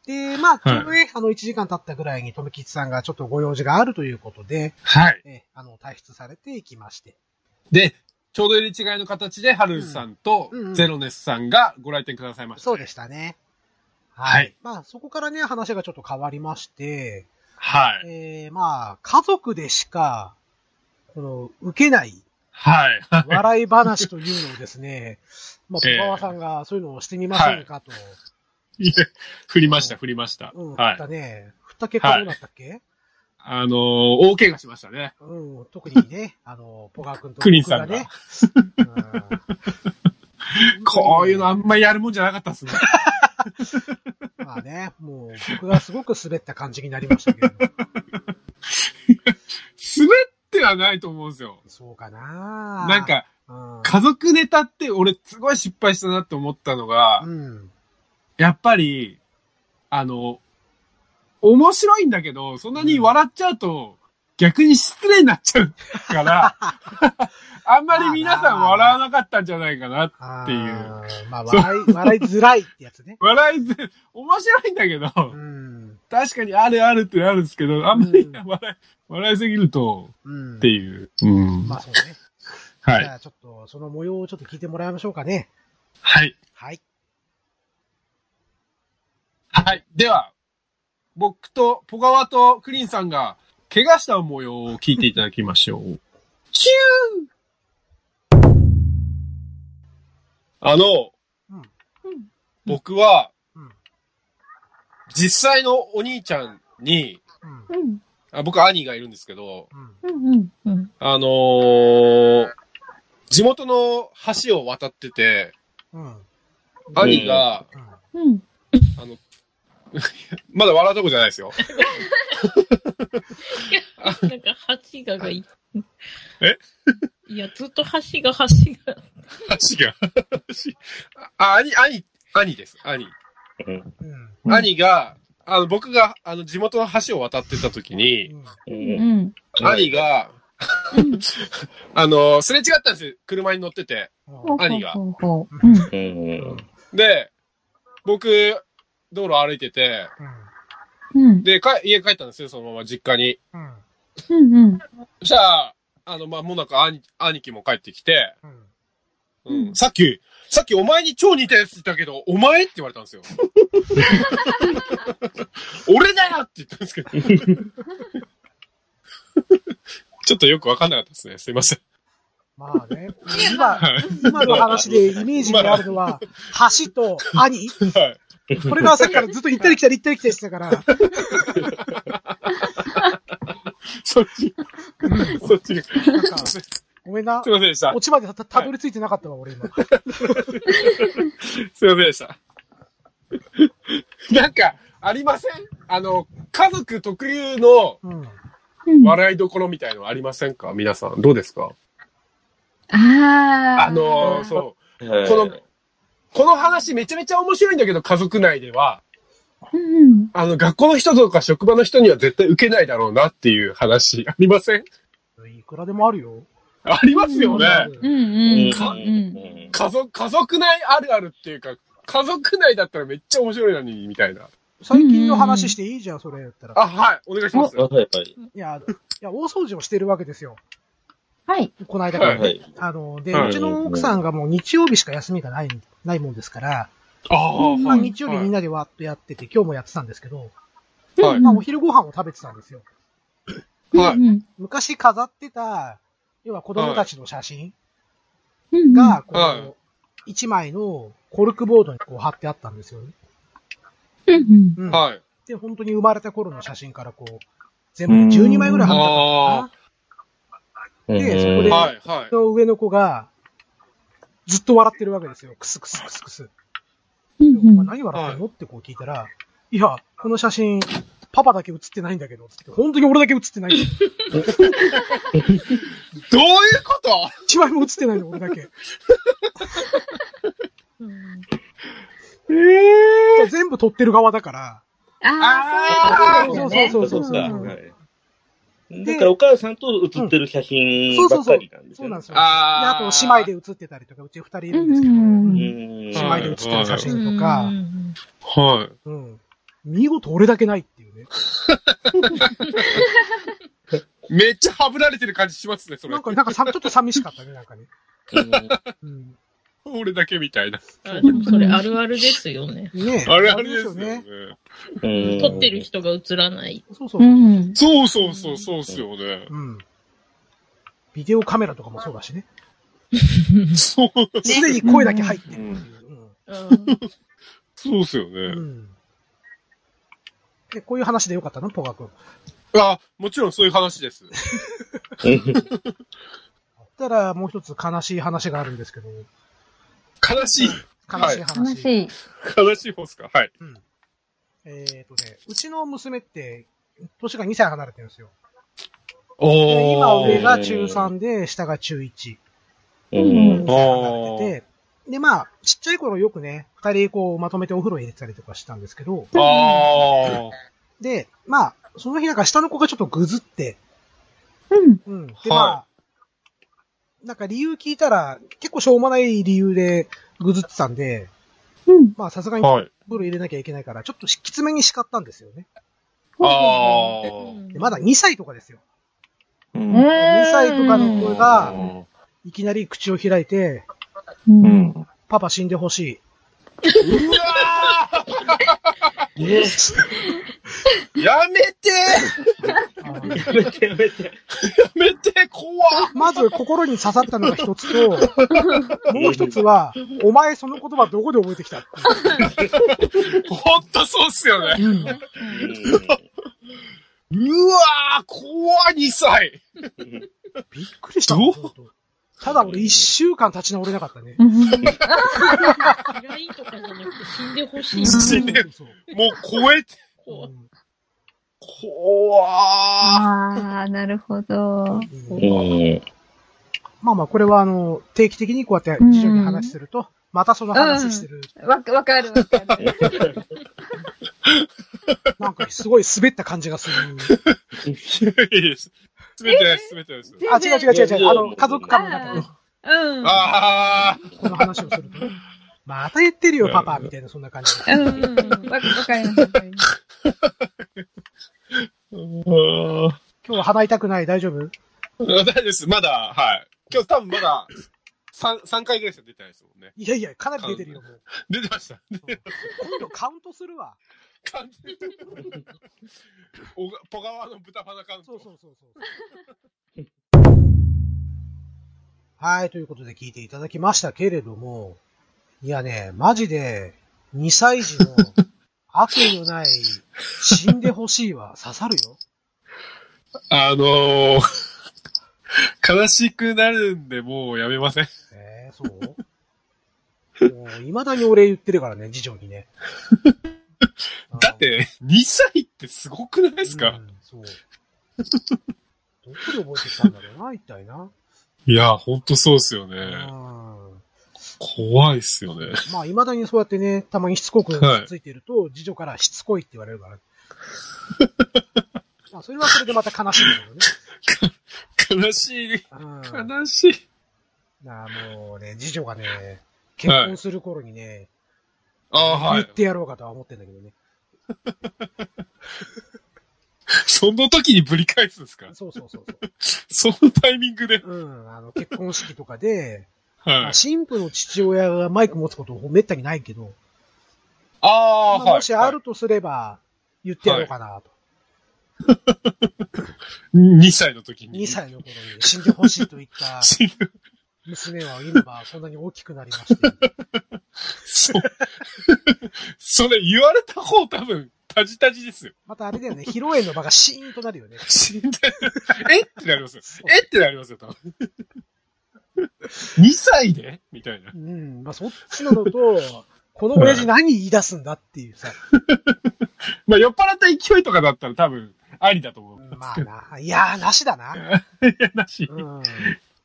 S1: で、まあ、ちょうどね、あの、1時間経ったぐらいに、とめきちさんがちょっとご用事があるということで、
S2: はい。
S1: え、あの、退出されていきまして。
S2: で、ちょうど入れ違いの形で、ハルさんと
S1: うんうんうん
S2: ゼロネスさんがご来店くださいました。
S1: そうでしたね。
S2: はい
S1: まあ、そこからね、話がちょっと変わりまして、
S2: はい。
S1: えー、まあ、家族でしか、この、受けない
S2: はい。はい。
S1: 笑い話というのをですね、まあ、
S2: ええ
S1: 小川さんがそういうのをしてみませんかと、
S2: いや 振りました、振りました。
S1: うん、
S2: は
S1: 振っ
S2: い
S1: た。ね。振った結果どうなったっけ、
S2: あのー、大怪我しましたね。
S1: うん、特に ね、あの、ポガー君と
S2: クリンさんが
S1: ね。うん
S2: こういうのあんまりやるもんじゃなかったっすね。
S1: まあね、もう僕がすごく滑った感じになりましたけ ど。
S2: 滑ってはないと思うんですよ。
S1: そうかな
S2: なん、か、
S1: うん
S2: 家族ネタって俺すごい失敗したなって思ったのが、
S1: うん。
S2: やっぱり、あの、面白いんだけど、そんなに笑っちゃうと、逆に失礼になっちゃう から、あんまり皆さん笑わなかったんじゃないかな。っていう
S1: あー。まあ、笑い、笑いづらいってやつね。
S2: 笑いず、面白いんだけど、
S1: うん。
S2: 確かにあるあるってなるんですけど、あんまり
S1: うん
S2: 笑い、笑いすぎると、
S1: うん。
S2: っていう。うん。
S1: まあそうね。
S2: は
S1: じゃ
S2: い。
S1: あちょっと、その模様をちょっと聞いてもらいましょうかね。
S2: はい。
S1: はい。
S2: はい。では、僕と、ポガワとクリンさんが、怪我した模様を聞いていただきましょ う。キューあの、
S1: うん
S2: 僕は、
S1: うん
S2: 実際のお兄ちゃんに、
S1: うん。
S6: うん
S2: あ僕兄がいるんですけど、
S1: うん。
S6: うんうん
S2: あのー地元の橋を渡ってて、
S1: うん。
S2: 兄が、
S6: うん
S2: まだ笑うとこじゃないですよ。
S7: なんか、橋ががい、
S2: え
S7: いや、ずっと橋が橋が。
S2: 橋が。 あ、兄、兄、兄です。兄。
S1: うん。
S5: うん
S2: 兄が、あの、僕が、あの、地元の橋を渡ってた時に、
S1: うん。
S5: うん
S7: ん。
S2: 兄が、
S7: うん
S2: あの、すれ違ったんですよ。車に乗ってて。兄が
S7: ほうほうほう
S1: うん
S5: うん
S2: で、僕、道路歩いてて、
S7: うん。
S2: で、か家帰ったんですよ、そのまま実家に。
S1: うん。
S7: うん。うん。
S2: そしたら、あの、まあ、もなく兄、兄貴も帰ってきて、
S1: うん。
S2: うん
S7: うん
S2: さっき、さっきお前に超似たやついたけど、お前って言われたん ですよ。俺だよって言ったんですけど。 ちょっとよくわかんなかったですね。すいません。
S1: まあね、今、
S2: は
S1: 今の話でイメージにあるのは、橋と兄
S2: はい。
S1: これがさっきからずっと行ったり来たり行ったり来たりしてたから、
S2: そっち。そっちが。す
S1: な
S2: い
S1: んか、ごめんな。
S2: ませんでした
S1: 落。ちまでたたたどり着いてなかったわ、俺今。
S2: すいませんで した。なんか、ありませんあの、家族特有の、
S1: うん。
S7: うん
S2: 笑いどころみたいのありませんか皆さん。どうですか
S6: ああ。
S2: あのー、
S6: う。
S2: そう。
S5: こ
S2: この、この話めちゃめちゃ面白いんだけど、家族内では、
S7: うん
S2: あの、学校の人とか職場の人には絶対受けないだろうなっていう話ありません
S1: いくらでもあるよ。
S2: ありますよね。
S7: うんうんうん
S2: 家族、家族内あるあるっていうか、家族内だったらめっちゃ面白いのに、みたいな。
S1: 最近の話していいじゃん、それやったら。
S2: あ、はい、お願いします。
S5: はいは
S1: い
S5: い。
S1: や、いや、大掃除をしてるわけですよ。
S6: はい。
S1: この間からね。
S5: はい。
S1: あの、で、
S2: はいう
S1: ちの奥さんがもう日曜日しか休みがない、ないもんですから、
S2: あー
S1: まあ
S2: はい
S1: 日曜日みんなでわーっとやってて、今日もやってたんですけど、
S2: は
S7: う
S2: い
S7: ん
S1: まあお昼ご飯を食べてたんですよ。
S2: はい
S7: うん
S1: 昔飾ってた、要は子供たちの写真
S7: うん
S1: が、こ
S2: は
S1: う、一枚のコルクボードにこう貼ってあったんですよね。
S7: うんうん
S1: うん。
S2: はい。
S1: で、本当に生まれた頃の写真からこう、全部で12枚ぐらい貼ってあったのかな。で、そこで、
S2: はい、はい。
S1: の上の子が、ずっと笑ってるわけですよ。クスクスクスクス。
S7: うんう
S1: お前
S7: ん
S1: 何笑ってんのってこう聞いたら、いや、この写真、パパだけ写ってないんだけど、つって、本当に俺だけ写ってないんだよ。
S2: どういうこと
S1: 一枚も写ってないの、俺だけ。全部撮ってる側だから、
S6: ああ、そういうことですよね。
S1: そうそうそう
S6: うん
S1: そう
S8: だからお母さんと写ってる写真ばっかりなんです
S1: そう
S8: よ、ね
S1: なんですよ。であ
S2: あ
S1: と、姉妹で写ってたりとか、うち二人いるんですけど、
S7: う
S1: うん
S7: うんうん
S8: うん
S1: 姉妹で写ってる写真と
S7: う
S1: か、
S7: ん
S2: はい。
S1: うん。見事俺だけないっていうね。
S2: めっちゃハブられてる感じしますね、それ
S1: なん。か、なんかさ、ちょっと寂しかったね、なんかね。うん。
S2: 俺だけみたいな。
S9: あでもそれあるあるですよね。
S1: ねえ
S2: あれあれですよ
S1: あれ
S2: ね
S1: で。
S8: うん
S9: 撮ってる人が映らない。
S1: すよね。そうそうう。
S7: ん
S2: そうそうそう、そうっすよね。
S1: うん。ビデオカメラとかもそうだしね。
S2: そう、
S1: すでに声だけ入ってるっていう。うん
S2: そうっすよ
S1: う
S2: ね。
S1: んえ、こういう話でよかったのポガ君。
S2: あ、もちろんそういう話です。
S1: そしたら、もう一つ悲しい話があるんですけど、
S2: 悲しい。
S1: 悲しい話。
S6: 楽しい。
S2: 悲しい方っすかはい。
S1: えっ、とね、うちの娘って、年が2歳離れてるんですよ。で今
S2: お
S1: 上が中3で、下が中1。
S8: う
S1: 離
S8: ん。
S1: れてて、で、まあ、ちっちゃい頃よくね、二人こうまとめてお風呂入れてたりとかしたんですけど、
S2: あ
S1: で、まあ、その日なんか下の子がちょっとぐずって、
S7: うん
S1: うん。で、まあ、なんか理由聞いたら、結構しょうもない理由でぐずってたんで、
S7: うん
S1: まあさすが
S2: あ。
S1: に
S2: はい。
S1: プール入れなきゃいけないから、ちょっとしきつめに叱ったんですよね。
S2: あ
S1: でまだ2歳とかですよ。
S5: うん
S1: 2歳とかの子
S2: あ。
S1: が、いきなり口を開いて、
S7: うん
S5: うん。
S1: パパ死んでほし
S2: うわーやめて
S1: い。
S8: やめてやめて。
S2: やめて怖っ
S1: まず心に刺さったのが一つと、 もう一つは、お前その言葉どこで覚えてきたって
S2: ほんとそうっすよね。
S1: いう。
S2: うわー怖っ !2 歳
S1: びっくりした。
S2: どう
S1: 本当ただ俺一週間立ち直れなかったね。
S9: 嫌いとかじゃなくて死んでほしい。
S2: 死んで
S1: そう
S2: もう超えて、
S1: そうう
S9: 怖い
S1: ん
S2: 怖っ
S6: ああ、なるほど。
S1: うんまあまあ、これはあの、定期的にこうやって一緒に話すると、またその話してる。
S6: わか、わかるわかる。
S1: なんかすごい滑った感じがする。
S2: いやいやすべてないすべてないです。
S1: あ、違う違う違う違う。あの、家族間の中で
S6: あーうん。
S2: あ
S1: この話をするとね。また言ってるよ、パパみたいな、そんな感じ。
S6: うん。わわかりますわかります。
S2: ーあ
S1: 今日は鼻痛くない、大丈夫
S2: ー。大丈夫です。まだ、はい。今日多分まだ、三三回ぐらいしか出てないですもんね。
S1: いやいや、かなり出てるよ、もう。
S2: 出てました。
S1: 今度カウントするわ。
S2: 完全に おがポガワの豚鼻カウント。
S1: そうそうそうそう。 はい、ということで聞いていただきましたけれども、いやね、マジで、2歳児の悪意のない死んでほしいは刺さる よ。
S2: あのー、悲しくなるんで、もうやめません。
S1: えー、そうもう、 未だにお礼言ってるからね、次女に ね。
S2: だって、2歳ってすごくないですか、
S1: うんそう。どこで覚えてきたんだろうな、一体な。
S2: いや、ほんとそうっすよ
S1: う
S2: ね。
S1: ん。
S2: 怖いっすよね。
S1: まあ、未だにそうやってね、たまにしつこく
S2: はい
S1: ついてると、次女からしつこいって言われるから。 まあ、それはそれでまた悲しいんだ
S2: 悲しい、
S1: けどね。うん。
S2: 悲しい。
S1: なあ、もうね、次女がね、結婚する頃にね、
S2: ああ、は
S1: 言
S2: い
S1: っ。てやろうかとは思ってんだけどね。
S2: その時にぶり返すんですか
S1: そうそうそう
S2: そのタイミングで。
S1: そう。 うん、あの、結婚式とかで、ま
S2: は
S1: あ
S2: い。
S1: 新婦の父親がマイク持つことをめったにないけど、
S2: ああ、
S1: まあ
S2: はい。
S1: もしあるとすれば、言ってやろうかなと。
S2: 2歳の時に。
S1: 2。歳の頃に死んでほしいと言った
S2: 死ぬ。
S1: 娘は今はそんなに大きくなりまして。
S2: そ、 それ言われた方多分、タジタジですよ。
S1: またあれだ よね、披露宴の場がシーンとなるよね。
S2: 死んで、えってなりますよ。えってなりますよ、多分。2歳でみたいな。
S1: うん、まあそっちなの と、この親父何言い出すんだっていうさ。
S2: まあ、酔っ払った勢いとかだったら多分、ありだと思う。
S1: まあな、いやーなしだな。
S2: いや、 なし。
S1: うん、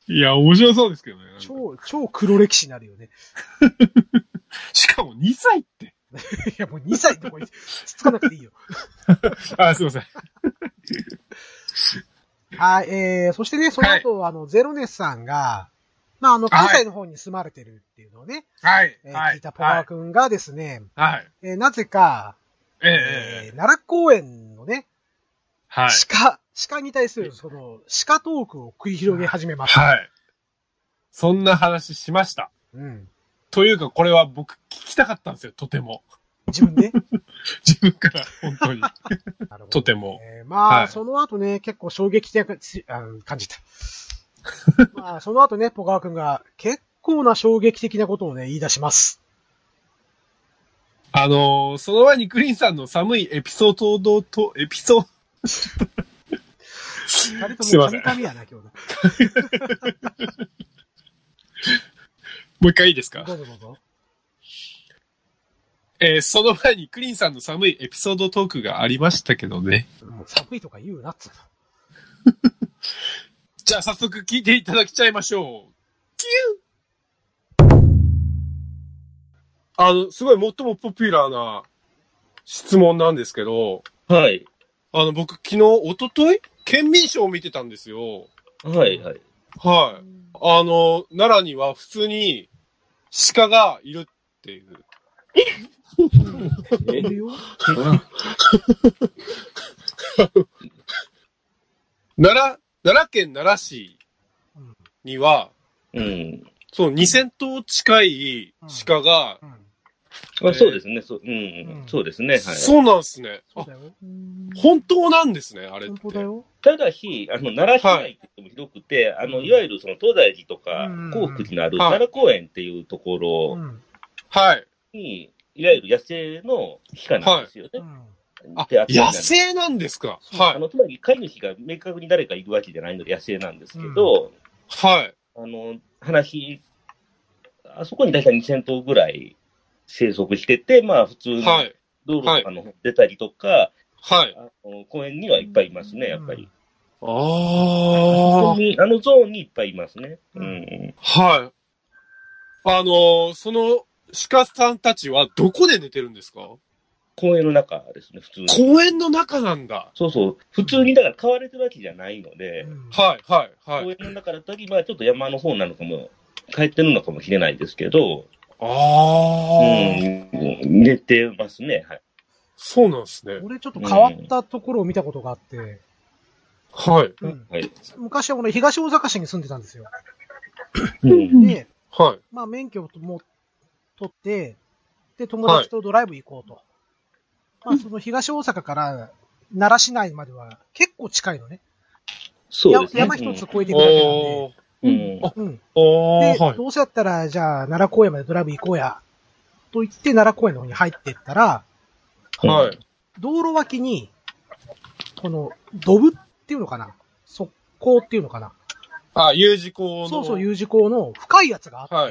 S2: いや、面白そうですけどね。
S1: 超、超黒歴史になるよね。
S2: しかも2歳って。
S1: いやもう2歳とかつつかなくていいよ。
S2: あ、すいません。
S1: はい、えー、そしてね、その後、あの、ゼロネスさんが、まああの、関西の方に住まれてるっていうのをね、
S2: はい。
S1: えー
S2: は
S1: 聞い
S2: い。
S1: たポ
S2: は
S1: ワ
S2: い。
S1: ー君がですね、
S2: はい。
S1: えーなぜか、
S2: えええ
S1: え
S2: え。
S1: ー奈良公園のね、
S2: はい。
S1: 鹿、鹿に対するその、鹿トークを繰り広げ始めます。
S2: はい。そんな話しました。
S1: うん。
S2: というか、これは僕聞きたかったんですよ、とても。
S1: 自分で
S2: 自分から、本当に。
S1: なるほど
S2: とても。
S1: えーまあ、
S2: はい
S1: その後ね、結構衝撃的なあ感 じた。まあ、その後ね、ポカワ君が結構な衝撃的なことをね、言い出します。
S2: あのーその前にクリーンさんの寒いエピソードと、エピソード、
S1: 二人
S2: す
S1: と
S2: い
S1: も
S2: ませ
S1: 神
S2: ん
S1: 々やな、今日ね
S2: もう一回いいですか
S1: どうぞどうぞ。
S2: えーその前にクリーンさんの寒いエピソードトークがありましたけどね。
S1: もう寒いとか言うなっつう
S2: じゃあ早速聞いていただきちゃいましょう。キュンあの、すごい最もポピュラーな質問なんですけど、
S8: はい。
S2: あの、僕昨日、一昨日県民賞を見てたんですよ。
S8: はい、はい。
S2: はい。あの、奈良には普通に鹿がいるっていう。
S1: の。いるよ。
S2: 奈良、奈良県奈良市
S1: うん
S2: には、
S8: うん。
S2: そう、2000頭近い鹿が、
S1: うん。
S8: あ、そうですね。そう、う
S1: うんん、
S8: そうですね。はい。
S2: そうなんですね。
S1: そう
S2: あ
S1: だよ。
S2: 本当なんですね、あれっ
S1: 本
S2: て。
S1: 当だよ。
S8: ただし、あの、奈良市内って言っても広くて、い、あの、いわゆるその東大寺とか
S1: うん、
S8: 幸福寺のある
S2: はい
S8: 奈良公園っていうとこ
S1: う
S8: ろ
S1: ん。
S2: はい。
S8: に、いわゆる野生の鹿なんですよ
S1: う
S8: ね。
S1: ん。
S2: あ
S8: で、あ、
S2: 野生なんですか。は
S8: あ
S2: い。
S8: の、つまり飼い主が明確に誰かいるわけじゃないので野生なんですけど、
S2: はい。
S8: あの、話、あそこに大体2000頭ぐらい生息してて、まあ普通の
S2: はい。
S8: 道路とかの出たりとか、
S2: はい。
S8: あの公園にはいっぱいいますね、やっぱり。
S2: あ
S8: 本当にあのゾーンにいっぱいいますね。
S1: う
S8: うんん。
S2: あ。はい。あのーその鹿さんたちはどこで寝てるんですか
S8: 公園の中ですね、普通に。
S2: 公園の中なんだ。
S8: そうそう。普通に、だから飼われてるわけじゃないの
S1: う
S8: で、
S1: ん
S2: はい、はい、はい。
S8: 公園の中だったり、まあちょっと山の方なのかも、帰ってるのかもしれないですけど、
S2: あ
S8: う
S2: あ、
S8: ん、寝てますね、はい。
S2: そうなんですね。
S1: 俺ちょっと変わったところを見たことがあって、
S2: はい、
S1: うん
S8: はい。
S1: 昔は俺東大阪市に住んでたんですよ。
S8: うん
S6: うん
S1: で、
S2: はい、
S1: まあ、免許をも取って、で、友達とドライブ行こうと。まあ、その東大阪から奈良市内までは結構近いのね。
S8: そうですね。
S1: や山一つ越えていくだけなん
S2: お
S1: で
S2: ー。
S8: うん。
S2: あ
S1: うん。
S2: お
S1: で、
S2: ー、はい。
S1: どうせやったら、じゃあ、奈良公園までドライブ行こうや。と言って、奈良公園の方に入ってったら、
S8: うん
S2: はい。
S1: 道路脇に、この、ドブっていうのかな側溝っていうのかな
S2: あ、U 字工の。
S1: そうそう、U 字工の深いやつがあって、
S2: は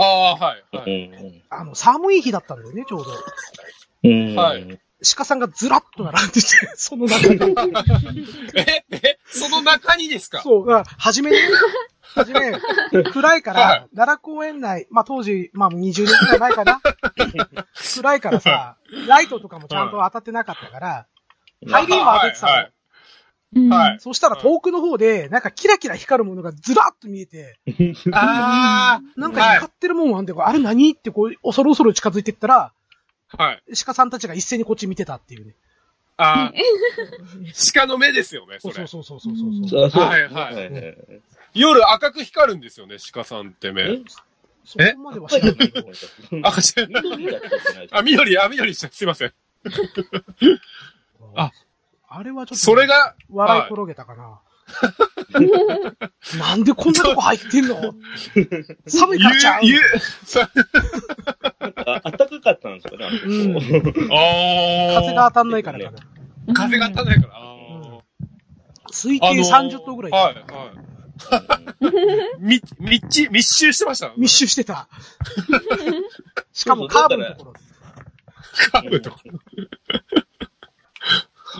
S2: ああ、はい、は
S8: う
S2: い。
S8: ん。
S1: あの、寒い日だったんだよね、ちょうど。
S8: うん。
S2: は
S8: はいい。
S1: 鹿さんがずらっと並 んでて、その中に。
S2: ええその中にですか
S1: そう、だから初めに、初め、暗いか
S2: は
S1: ら、奈良公園内、まあ当時、まあ20年くらい前かな。暗いからさ、ライトとかもちゃんと当たってなかったから、ハイビーム当ててたの。
S2: はいはい
S9: うん
S2: はい
S1: そしたら遠くの方で、なんかキラキラ光るものがずらっと見えて、
S2: あ
S1: なんか光ってるもんあんで、これあれ何ってこう、恐る恐る近づいてったら、
S2: あ、はい。
S1: 鹿さんたちが一斉にこっち見てたっていうね。
S2: ああ、鹿の目ですよね、
S1: そ
S2: そう
S1: そ
S2: れ
S1: う。そうそうそうそう。
S8: そうですね
S2: はいはい夜赤く光るんですよね、鹿さんって目。
S1: そこまでは知らないけど。
S2: あ、違うあ、緑、あ、緑でした。すいません。あ、
S1: あれはちょっと、
S2: それ、が、
S1: 笑い転げたかな。なんでこんなとこ入ってんの寒い
S2: ゆ
S1: からちゃう、
S2: ゆ、さ、
S8: あ暖かかったんですかね、あの人
S2: あー
S1: 風が当たんないからかな。
S2: 風が当たんないから。あー
S1: 推定
S2: あのー
S1: 30頭ぐらい、
S2: はい、 はい。み、みっち、密集してました。
S1: 密集して た。しかもカーブのところ。
S2: カーブとか。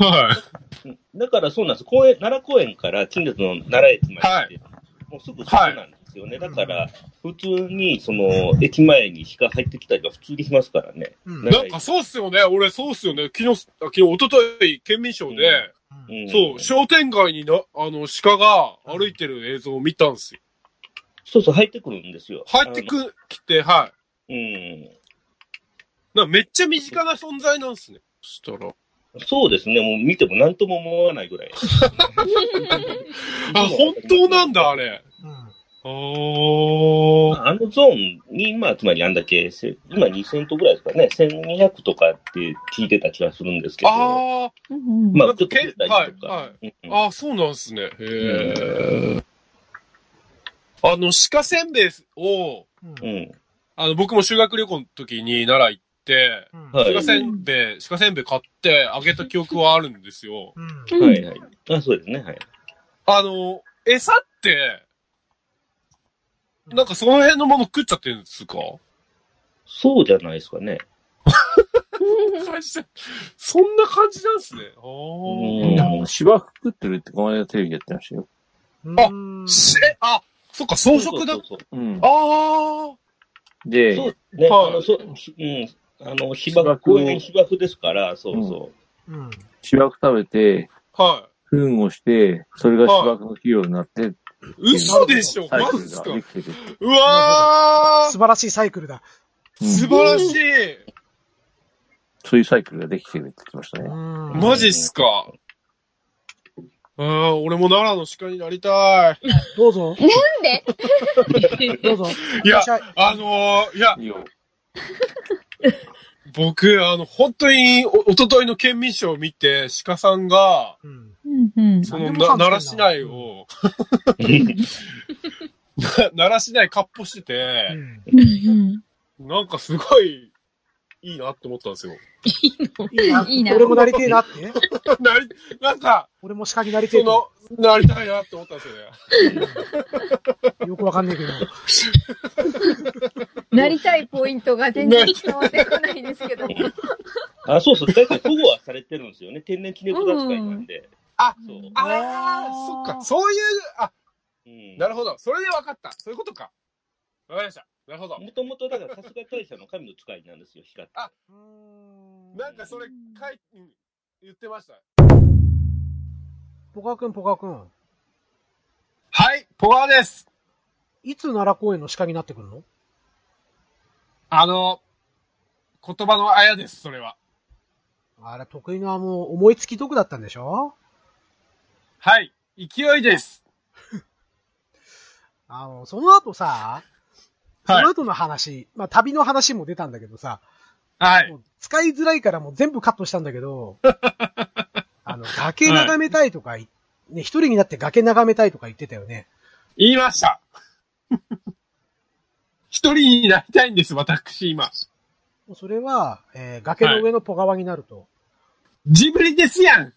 S2: はい。
S8: だからそうなんです。公園、奈良公園から近所の奈良駅まで、
S2: はい
S8: もうすぐそこなんですよね。だから、普通に、その、駅前に鹿入ってきたりは普通にしますからね。
S1: うん
S8: ね
S2: なんかそうっすよね。俺そうっすよね。昨日、あ昨日、一昨日県民賞で、
S8: うん
S2: そう、商店街にな、あの、鹿が歩いてる映像を見たんすよ。
S8: そうそう、入ってくるんですよ。
S2: 入ってく、きて、はい。
S8: あの。うん。
S2: なんかめっちゃ身近な存在なんすね。そしたら。
S8: そうですね。もう見ても何とも思わないぐらい。
S2: あ、本当なんだ、あれ。
S1: うん
S2: おー。
S8: あのゾーンに、まあ、つまりあんだけ、せ今2000とぐらいですかね、1200とかって聞いてた気がするんですけど、
S2: あ
S9: うん
S8: ま
S2: な
S8: あ、
S2: ん
S8: ちょ
S2: か
S8: っと出たりとか、
S2: はいは
S8: うん
S2: ー。あー、そうなんすね。へー。あの、鹿せんべいを、
S1: うん
S8: うん
S2: あの、僕も修学旅行の時に奈良行って、
S1: うん
S8: はい
S2: 鹿せんべい、鹿せんべい買ってあげた記憶はあるんですよ。
S1: うん
S9: うん
S8: はいはい。あ、そうですね、はい。
S2: あの、餌って、なんかその辺のもの食っちゃってるんですか
S8: そうじゃないですかね。
S2: そんな感じなんですね。あ
S8: うん
S2: ー
S5: もう芝食ってるってこの間テレビでやってましたよ。
S1: うんうん
S2: しえ、あ、そっか、装飾だ。
S8: そうそう
S5: うん。
S2: あ
S5: で、
S8: そうそうね、
S2: はい
S8: あの、そう、ひうん、あの、芝生、公園芝生ですから、そうそ
S1: うん
S5: 芝生食べて、
S2: あ、は
S5: 糞をして、それが芝生の肥料になって、
S2: い。嘘でしょ
S5: サイ
S2: マ
S5: ク
S2: ジっ
S5: ル
S2: す
S5: が
S2: か
S5: できてる。
S2: うわ
S1: 素晴らしいサイクルだ。
S2: ー素晴らしい
S5: そういうサイクルができてるって言ってましたね。
S1: うん
S2: マジっすかあー俺も奈良の鹿になりたい。
S1: どうぞ、
S6: んで
S1: どうぞ。
S2: い
S1: い
S2: や
S1: らっしゃい、
S2: あのー、いや、
S5: いいよ。
S2: 僕、あの、本当にお、おとといの県民賞を見て、鹿さんが、
S1: うん
S9: うんうん
S2: その、
S1: 何でもさ
S2: な奈
S1: つけ
S2: 良市
S1: んな
S2: 内を、 な 奈良市内かっ歩
S1: う
S2: してて、
S1: ん
S9: うん
S2: なんかすごい、いいなって思ったんですよ。
S6: いいな。
S1: 俺もなりてえなってね。
S2: なり、なんか、
S1: 俺も鹿になりてえ
S2: そ
S1: と。
S2: の、なりたいなって思ったんですよね。
S1: よくわかんないけど。
S6: なりたいポイントが全然伝わってこないですけど。
S8: う。あ、そうそう、だいたい保護はされてるんですよね。天然記念物扱いなんで。
S2: あ
S8: そう。
S2: ああ、そっか。そういう、あ、
S8: うん
S2: なるほど。それで分かった。そういうことか。わかりました。なるほど。
S8: もともとだから、春日大社の神の使いなんですよ、光って。
S2: なんかそれ、書い、うん言ってました。
S1: ポカ君、ポカ君。
S2: はい、ポワーです。
S1: いつ奈良公園の鹿になってくるの
S2: あの、言葉のあやです、それは。
S1: あれ、得意のはもう思いつき得だったんでしょ
S2: はい、勢いです。
S1: あの、その後さ、そ
S2: はい
S1: の後の話、まあ旅の話も出たんだけどさ、
S2: はい。
S1: もう使いづらいからもう全部カットしたんだけど、 あの、崖眺めたいとかい、ね、一人になって崖眺めたいとか言ってたよね。
S2: 言いました。 一人になりたいんです、私、今。
S1: もうそれは、えー崖の上のポガワになると、
S2: ジブリですやん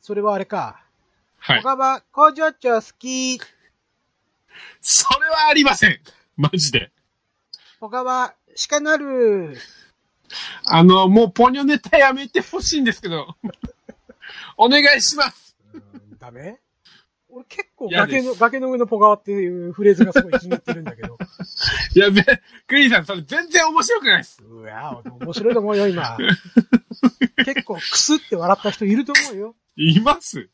S1: それはあれか、
S2: は
S1: ポ。ガワ工場長好き、
S2: それはありません。マジで。
S1: ポガワ鹿なる、
S2: あの、もうポニョネタやめてほしいんですけど。 お願いします。
S1: うんダメ俺結構
S2: 嫌
S1: 崖
S2: です
S1: の、崖の上のポガワっていうフレーズがすごい気に入ってるんだけど。
S2: やべ、クリーンさん、それ全然面白くないです。
S1: うわぁ、面白いと思うよ、 今。結構クスって笑った人いると思うよ。
S2: います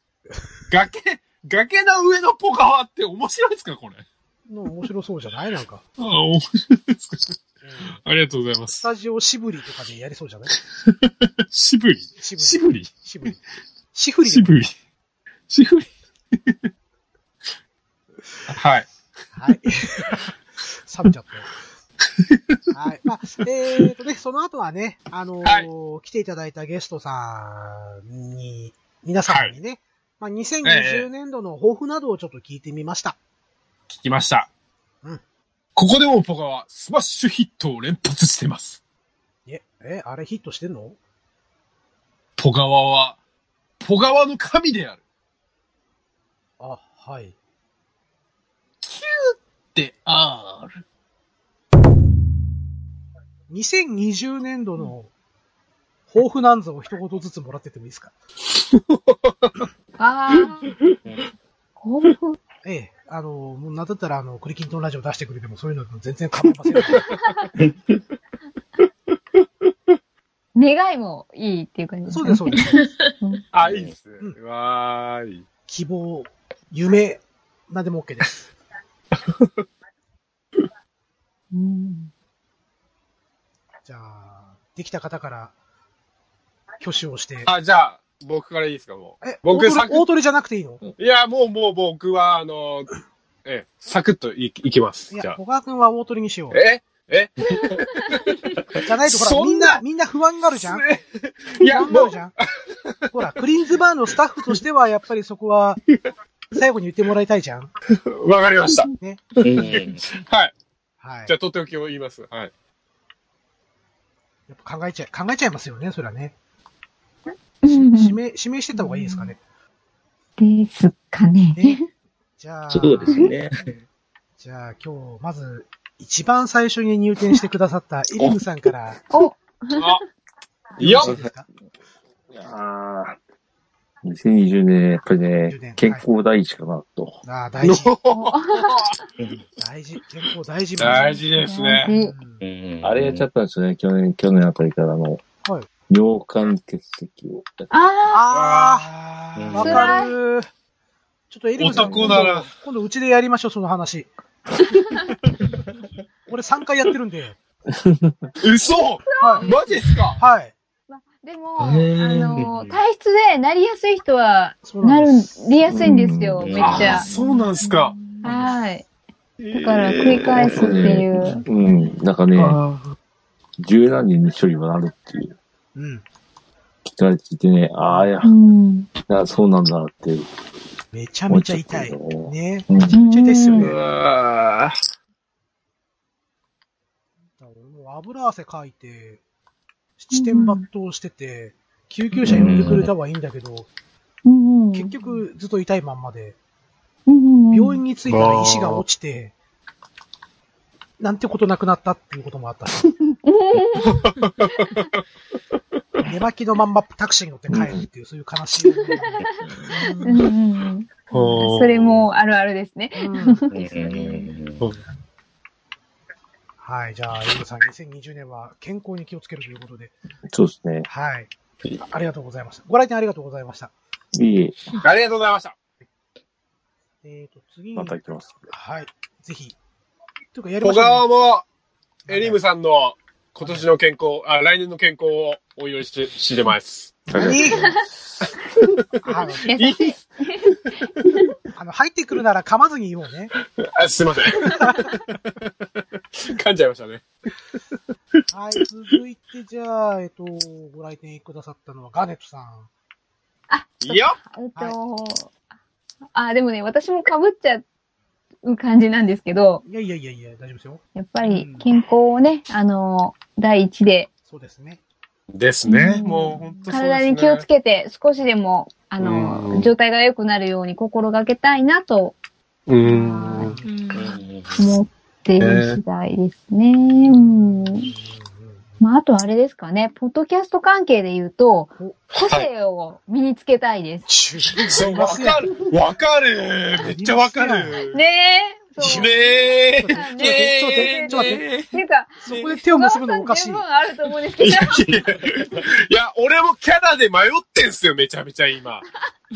S2: 崖、崖の上のポカワって面白いですかこれ。
S1: の面白そうじゃないなんか。
S2: ああ、面白いですか
S1: うん
S2: ありがとうございま
S1: ス
S2: す。
S1: タジオシブリとかでやりそうじゃない
S2: しぶり。
S1: シブリ。
S2: しぶり
S1: シブリ。シフリだ
S2: しぶり。しぶり。はい。
S1: はい。冷めちゃったよ。はい。まあ、えーとね、その後はね、あのー
S2: はい
S1: 来ていただいたゲストさんに、皆さんにね、まあ、
S2: え
S1: 2020年度の抱負などをちょっと聞いてみました。
S2: 聞きました。
S1: うん
S2: ここでもポカワ、スマッシュヒットを連発してます。
S1: え、え、あれヒットしてんの
S2: ポガワは、ポガワの神である。
S1: あ、はい。
S2: である。
S1: 2020年度の抱負なんぞを一言ずつもらってってもいいですか
S6: あー
S10: ほうほう
S1: ええ、あの、もうなんだったら、あの、クリキントンラジオ出してくれてもそういうの全然構いませんよ。
S6: 願いもいいっていう感 じ
S1: そうです、そうです。
S2: あ、いいですね。
S1: う
S2: わーい。
S1: 希望、夢、なんでも OK です。
S10: うん
S1: じゃあ、できた方から、挙手をして。
S2: あ、じゃあ、僕からいいですか、も
S1: え、
S2: 僕
S1: 大ト
S2: さっ
S1: レ
S2: き
S1: 大トレじゃなくていいの
S2: う。いや、もう、もう、僕は、あの、ええ、サクッといいきます。
S1: い
S2: じゃ
S1: や、
S2: あ。
S1: 小川くんは大トレにしよう。
S2: ええ
S1: じゃないと、ほら、
S2: そ
S1: みん
S2: んな
S1: な、みんな不安があるじゃん
S2: いや、
S1: 不安があ
S2: も
S1: るじゃんほら、クリーンズバーのスタッフとしては、やっぱりそこは、最後に言ってもらいたいじゃん。
S2: う、わかりました。
S8: うん
S2: はい。
S1: はい
S2: じゃ。あ、とっておきを言います。はい。
S1: やっぱ考えちゃい、考えちゃいますよね、それはね。
S10: うん
S1: 指名、指名してった方がいいですかね。
S10: ですかね。
S1: ね。じゃあ、
S8: そうですね。
S1: じゃあ今日、まず、一番最初に入店してくださったイリムさんから、
S2: あ、よ
S1: ろしいですか
S5: ああ、2020年、やっぱり
S1: 20年
S5: ね、健康第一かなと。
S1: ああ、大事、
S2: っ
S1: 大事、健康大事。
S2: 大事ですね。
S1: う
S10: ね
S1: ん
S8: うん
S5: あれやっちゃったんですよね、去年、去年あたりからの、
S1: はい
S5: 尿管結石を。
S1: あ
S2: あ
S6: あ
S1: あ、
S8: ー
S2: ー
S1: わかる。ちょっとエリムさん、
S2: 男なら
S1: 今度今度うちでやりましょう、その話。俺3回やってるんで。
S2: 嘘
S1: はい。
S2: マジっすか
S1: はい。
S6: ーでも、あ
S8: ー
S6: の、体質でなりやすい人は、
S1: そう
S6: な
S1: なん
S6: る
S1: です。、
S6: りやすいんですよ、
S8: うん
S6: めっち
S2: あ
S6: ゃ
S2: ー。そうなんすか。
S6: はい。だから、繰り返すっていう。
S5: うん、なんかね、十何人に一人はなるっていう、
S1: うん。
S5: 聞かれていてね、ああ、いや
S10: う、ん
S5: あそうなんだって
S1: めちゃ
S5: 思
S1: め
S5: っ
S1: ち
S5: ち
S1: ゃ
S5: ゃった
S1: 痛
S5: けど
S1: い。
S5: ね。
S1: ね。
S5: うん
S1: めっちゃ痛いっすよ
S2: う
S1: ね。
S2: わー
S1: だから俺も油汗かいて、七点抜刀してて、救急車呼んでくれたはいいんだけど、
S10: うん
S1: 結局ずっと痛いまんまで、
S10: うんうん
S1: 病院に着いたら石が落ちて、なんてことなくなったっていうことも あったし。寝巻きのまんまタクシーに乗って帰るっていう、そういう悲しい思いが
S6: うんうんうんそれもあるあるですね。
S1: うん
S8: うん
S1: はい、じゃあ、ゆうさん、2020年は健康に気をつけるということで、
S5: そうですね。
S1: はい。あありがとうございました。ご来店ありがとうございました。
S5: いい、
S2: ありがとうございました。
S1: えっ、と、次に
S5: ま、た行きます。
S1: はい、ぜひ。というか、やりましょ
S2: 小
S1: うね、
S2: 川も、エリムさんの今年の健康、あ、来年の健康をお祈りして、してます。
S5: ありがとうございます。
S1: あの、
S6: 優しい。
S1: あの入ってくるなら噛まずに言おうね。
S2: あすいません。噛んじゃいましたね。
S1: はい、続いて、じゃあ、えっと、ご来店くださったのはガネットさん。
S2: いいよ
S6: えっと、あ、でもね、私も被っちゃう感じなんですけど、
S1: いやいやいやいや、大丈夫ですよ。
S6: やっぱり健康をね、あの、第一で、
S1: そうですね。
S2: です
S6: ね
S2: もう本当
S6: 体に気をつけて少しでも、あ
S2: う
S6: の、
S2: ん
S6: 状態が良くなるように心がけたいなと
S2: う。
S1: うん
S9: うん
S6: 思っている次第ですね。うん
S1: うんうん
S7: まあ、あとあれですかね、ポッドキャスト関係で言うと、個性を身につけたいです。
S1: 中
S2: そう、わかる。わかる。めっちゃわかる。
S6: ねえ。そう。
S2: ね
S6: ち
S1: ち
S6: ょっと待
S1: ょっと待ってちょっと待って
S2: え。
S6: ていうか、
S1: そこで手を結ぶのもおかしい
S6: 小。川さん十分あると思うんですけど。
S2: いや、俺もキャラで迷ってんすよ、めちゃめちゃ今。
S8: あ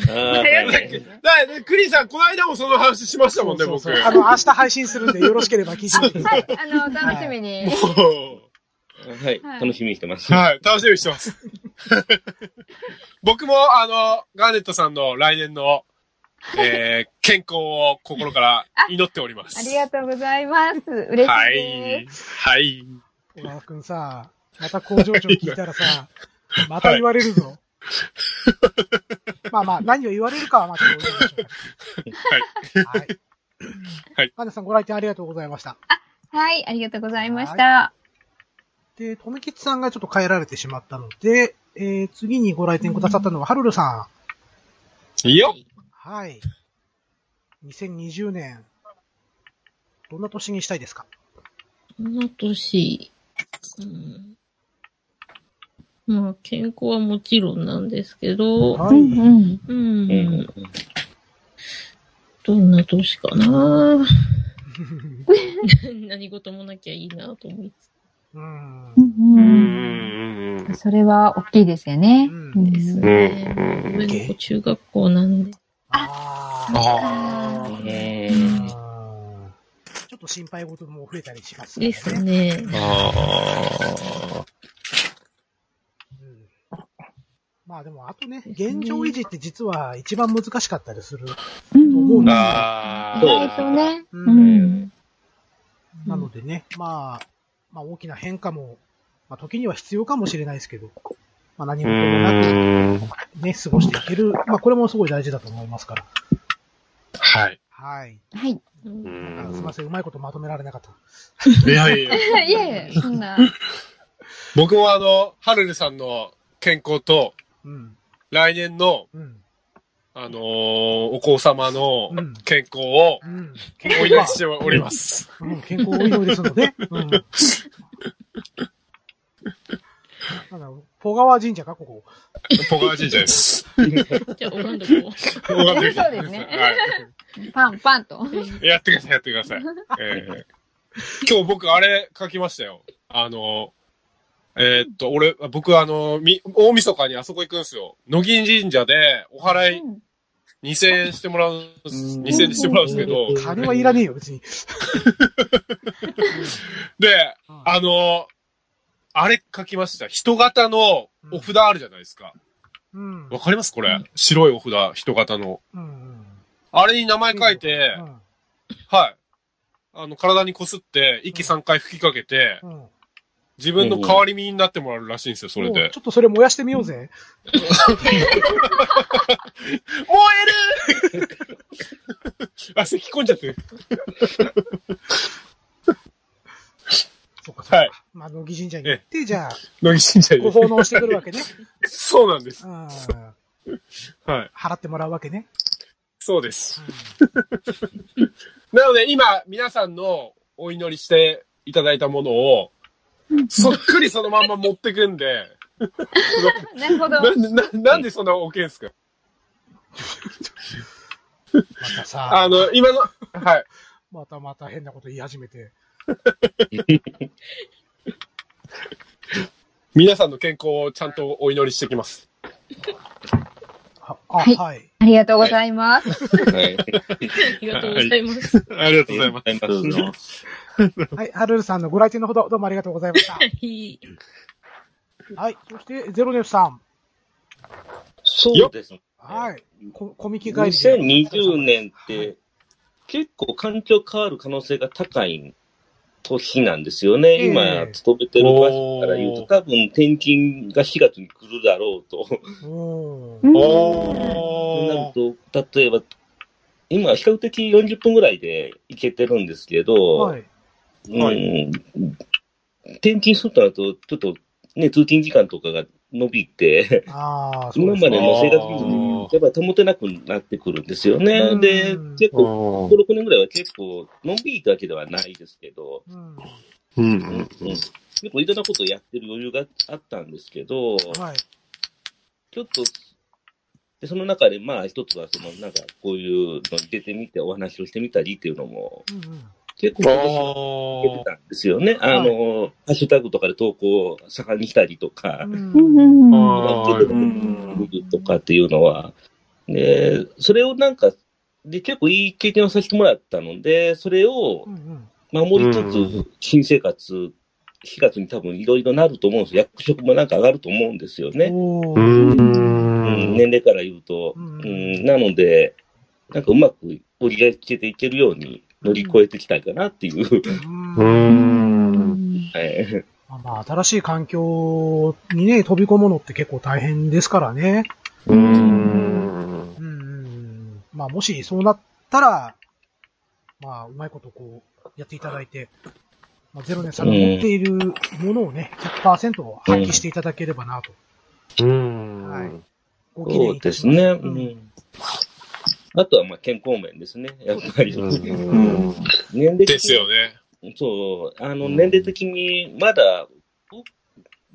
S6: 迷
S8: ー
S6: っ
S8: は
S6: て
S8: い
S6: る
S2: だからクリーンさん、この間もその話しましたもんね、
S1: そう
S2: 僕。
S1: そうそうあの、明日配信するんで、よろしければ聞いてみて くださ。
S6: はいい、あの、楽しみに。
S2: も
S8: はい。楽しみにしてます
S2: う。はい、楽しみにしてます。僕も、あの、ガーネットさんの来年の、えー、健康を心から祈っております。
S6: ありがとうございます。嬉しいです。
S2: はい。はい。
S1: 小川くんさ、また工場長聞いたらさ、また言われるぞ。まあまあ、何を言われるかはまあちょっと置いときましょう。はい。
S2: はい。
S1: アンナさんご来店ありがとうございました。
S6: はい、ありがとうございました。
S1: で、とめきちさんがちょっと帰られてしまったので、えー、次にご来店くださったのはハルルさ
S2: いいよ
S1: ん。はい。2020年、どんな年にしたいですか
S9: この年、うん、まあ、健康はもちろんなんですけど、
S1: は
S7: うん
S1: い。
S7: うん。
S9: うん、
S8: うん
S9: どんな年かな何事もなきゃいいなと思いつ
S1: うん
S7: う。
S2: うんん
S7: うん。それは大きいですよね。
S1: う
S9: つです
S7: うん
S9: ね。上の子中学校なんで。
S1: あー
S2: ああ。
S8: え
S1: う
S8: ー
S1: んちょっと心配事も増えたりしますからね
S9: ですね。
S2: あ
S1: うんまあでも、あとね、現状維持って実は一番難しかったりする。
S7: うんうん。
S1: あ
S7: 意
S2: あ。
S7: 外と。ね。
S1: う
S7: うんん。
S1: なのでね、まあ、まあ大きな変化も、まあ時には必要かもしれないですけど、まあ何もこれなくね、過ごしていける。まあこれもすごい大事だと思いますから。
S2: はい。
S1: はい。
S7: はい。
S9: うん
S1: だからすみません、うまいことまとめられなかった。
S2: いやいや。
S6: いえいえ、そんな。
S2: 僕もあの、ハルルさんの健康と、
S1: うん。
S2: 来年の、
S1: うん。
S2: あのーお子様の
S1: うん
S2: 健康を
S1: うん。健康
S2: お祈り
S1: は
S2: しております。
S1: うん、健康お祈りですので。うん。 なんだ、ポガワ神社か、ここ。
S2: ポカワ神社です。
S9: じゃあ、拝んどこ
S2: そう
S6: ですねパンパンと。
S2: はい。やってください、やってください。ええ今日僕、あれ書きましたよ。あのーえーっと、俺、僕、あのーみ、大晦日にあそこ行くんですよ。野銀神社で、お祓い
S6: うん
S2: 2000円してもらうんです、2000円してもらうんですけど、
S1: 金はいらねえよ、別に。
S2: で、
S1: うん
S2: あの、あれ書きました。人型のお札あるじゃないですか。
S1: うん。うん
S2: わかりますこれ。白いお札、人型の。
S1: うん。
S2: あれに名前書いて、はい。あの、体にこすって、息3回吹きかけて
S1: う、ん。うん。
S2: 自分の代わり身になってもらうらしいんですよ、それ
S1: おう
S2: で
S1: ち。ょっとそれ燃やしてみようぜ。
S2: 燃える あ、咳込んじゃってる。
S1: そっかそっか。
S2: はい
S1: まあ、乃木神社に行って、じゃあ、
S2: 乃木神社に
S1: ご。奉納してくるわけね。
S2: そうなんです
S1: う。ん。
S2: はい。
S1: 払ってもらうわけね。
S2: そうです。なので、今、皆さんのお祈りしていただいたものを、そっくりそのまんま持ってくんで、
S6: なるほど。
S2: なななんでそんな大きいんですか
S1: またさ、
S2: あの、今の、はい。
S1: またまた変なこと言い始めて。
S2: 皆さんの健康をちゃんとお祈りしてきます。
S1: あ、あ
S7: はい
S1: はい。
S7: ありがとうございます。
S8: はい
S9: ありがとうございます。
S2: ありが
S8: ありがとうござい
S5: ありがとうござい
S8: ま
S5: ます。
S1: はい、ハルルさんのご来店のほど、どうもありがとうございました。
S9: い
S1: はい、そして、ゼロネフさん。
S8: す。そうですね。
S1: はい。こコミケ会社。
S8: 2020年って、結構環境変わる可能性が高い年なんですよね。
S1: え
S8: 今
S1: え、
S8: 勤めてる場所から言うと、多分転勤が4月に来るだろうと。
S1: おー
S7: うん
S8: とな
S2: おー。
S8: ると、例えば、今、比較的40分ぐらいで行けてるんですけど、
S1: はい。
S2: は
S8: うん、転勤するとなると、ちょっと、ね、通勤時間とかが伸びて、
S1: ああ、そう
S8: 今
S1: です
S8: までの生活
S2: あ
S8: リズム
S2: ー
S8: やっぱり保てなくなってくるんですよ
S1: う
S8: ね。
S1: ん
S8: で、結構、
S2: お
S8: 5、6年ぐらいは結構、のんびりとわけではないですけど、
S1: うん。
S2: うん。
S8: うん結構いろんなことをやってる余裕があったんですけ
S1: は
S8: ど、
S1: い。
S8: ちょっと、でその中で、まあ、一つは、その、なんか、こういうのに出てみて、お話をしてみたりっていうのも、
S1: うんうん。
S8: 結構、出てたんですよね。あの、ハッシュタグとかで投稿を盛んにしたりとか、
S5: はい
S8: とかっていうのは。で、それをなんか、で、結構いい経験をさせてもらったので、それを
S1: うんうん。
S8: 守りつ
S5: う
S8: つ、新生活、4月に多分いろいろなると思うんですよ。役職もなんか上がると思うんですよね。
S1: お
S5: う
S1: ー
S8: うん、
S5: ん。
S8: 年齢から言うと。
S1: う
S8: うんん、なので、なんかうまく折り合いつけていけるように乗り越えていきたいかなっていう。
S1: うん
S5: うーん。
S8: はい
S1: まあまあ、新しい環境にね、飛び込むのって結構大変ですからね。
S5: うーん。
S1: うんうんうん。まあ、もしそうなったら、まあ、うまいことこう、やっていただいて、まあ、ゼロネさんの持っているものをね、100%発揮していただければなと。
S5: うーん。
S1: はいご記念
S8: そ
S1: いうた
S8: で
S1: し
S8: す
S1: ます
S8: ね。うん。あとは、まあ、健康面ですね。やっぱり。
S5: うん
S8: 年齢的に
S2: ですよね。
S8: そう、あの、年齢的に、まだ、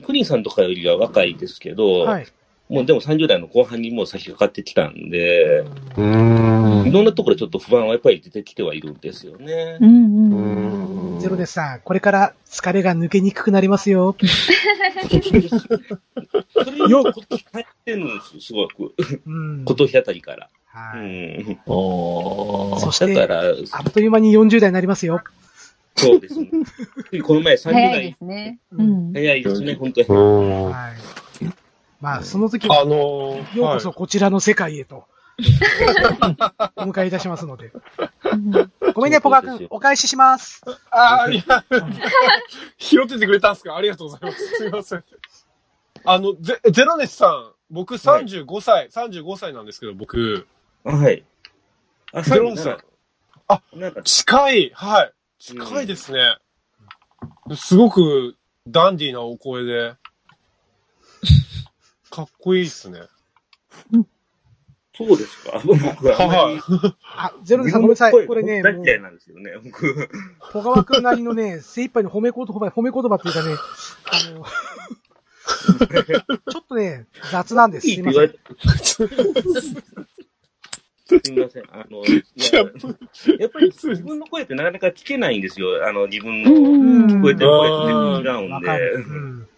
S8: クリンさんとかよりは若いですけど、
S1: はい。
S8: もうでも30代の後半にもう差し掛かってきたんで、
S5: う
S8: い
S5: ん。
S8: ろんなところでちょっと不安はやっぱり出てきてはいるんですよね。
S5: う
S6: うん
S5: ん
S1: ゼロネスさん、これから疲れが抜けにくくなりますよ。
S8: それよく入ってるんですよ、すごく。
S1: うん。
S8: 今年あたりから。う
S1: はい。
S8: ん。
S5: おー
S1: そして
S8: だから、
S1: あっという間に40代になりますよ。
S8: そうですね。 この前30
S6: 早いで
S8: 代、
S6: すね。
S1: う
S6: うんん。
S8: 早いですね、本当に
S5: う。んあ
S1: はい。まあ、その時は、
S5: のー、
S1: ようこそ
S5: はい
S1: こちらの世界へ と、お迎えいたしますので。ごめんね、ポカ
S8: そうです
S1: 君
S8: よ、
S1: お返しします。
S2: ああ、いや、 拾っててくれたんですかありがとうございます。すいません。あの、ゼゼロネスさん、僕35歳、35歳なんですけど、僕、
S8: はい。あ、
S2: ゼロネスさん、
S8: なんか、
S2: 近い、はい。近いですね。すごくダンディーなお声で、かっこいいですね。
S8: そうですか僕はあんまり。
S2: は
S1: あ、ゼロネさんごめんなさい。これね、
S8: 大
S1: もう
S8: 嫌いなんですよね、僕。
S1: 小川くんなりのね、精一杯の褒め言葉、褒め言葉っていうかね、あの、ちょっとね、雑なんです。
S8: いい
S1: す
S8: っ
S1: い
S8: て
S1: ませ
S8: 言われ
S1: ん。
S8: て。すみません。あ の、いややっぱり自分の声ってなかなか聞けないんですよ。あの、自分の聞こえてる声って違うん
S1: わ
S8: で
S1: かる。うん。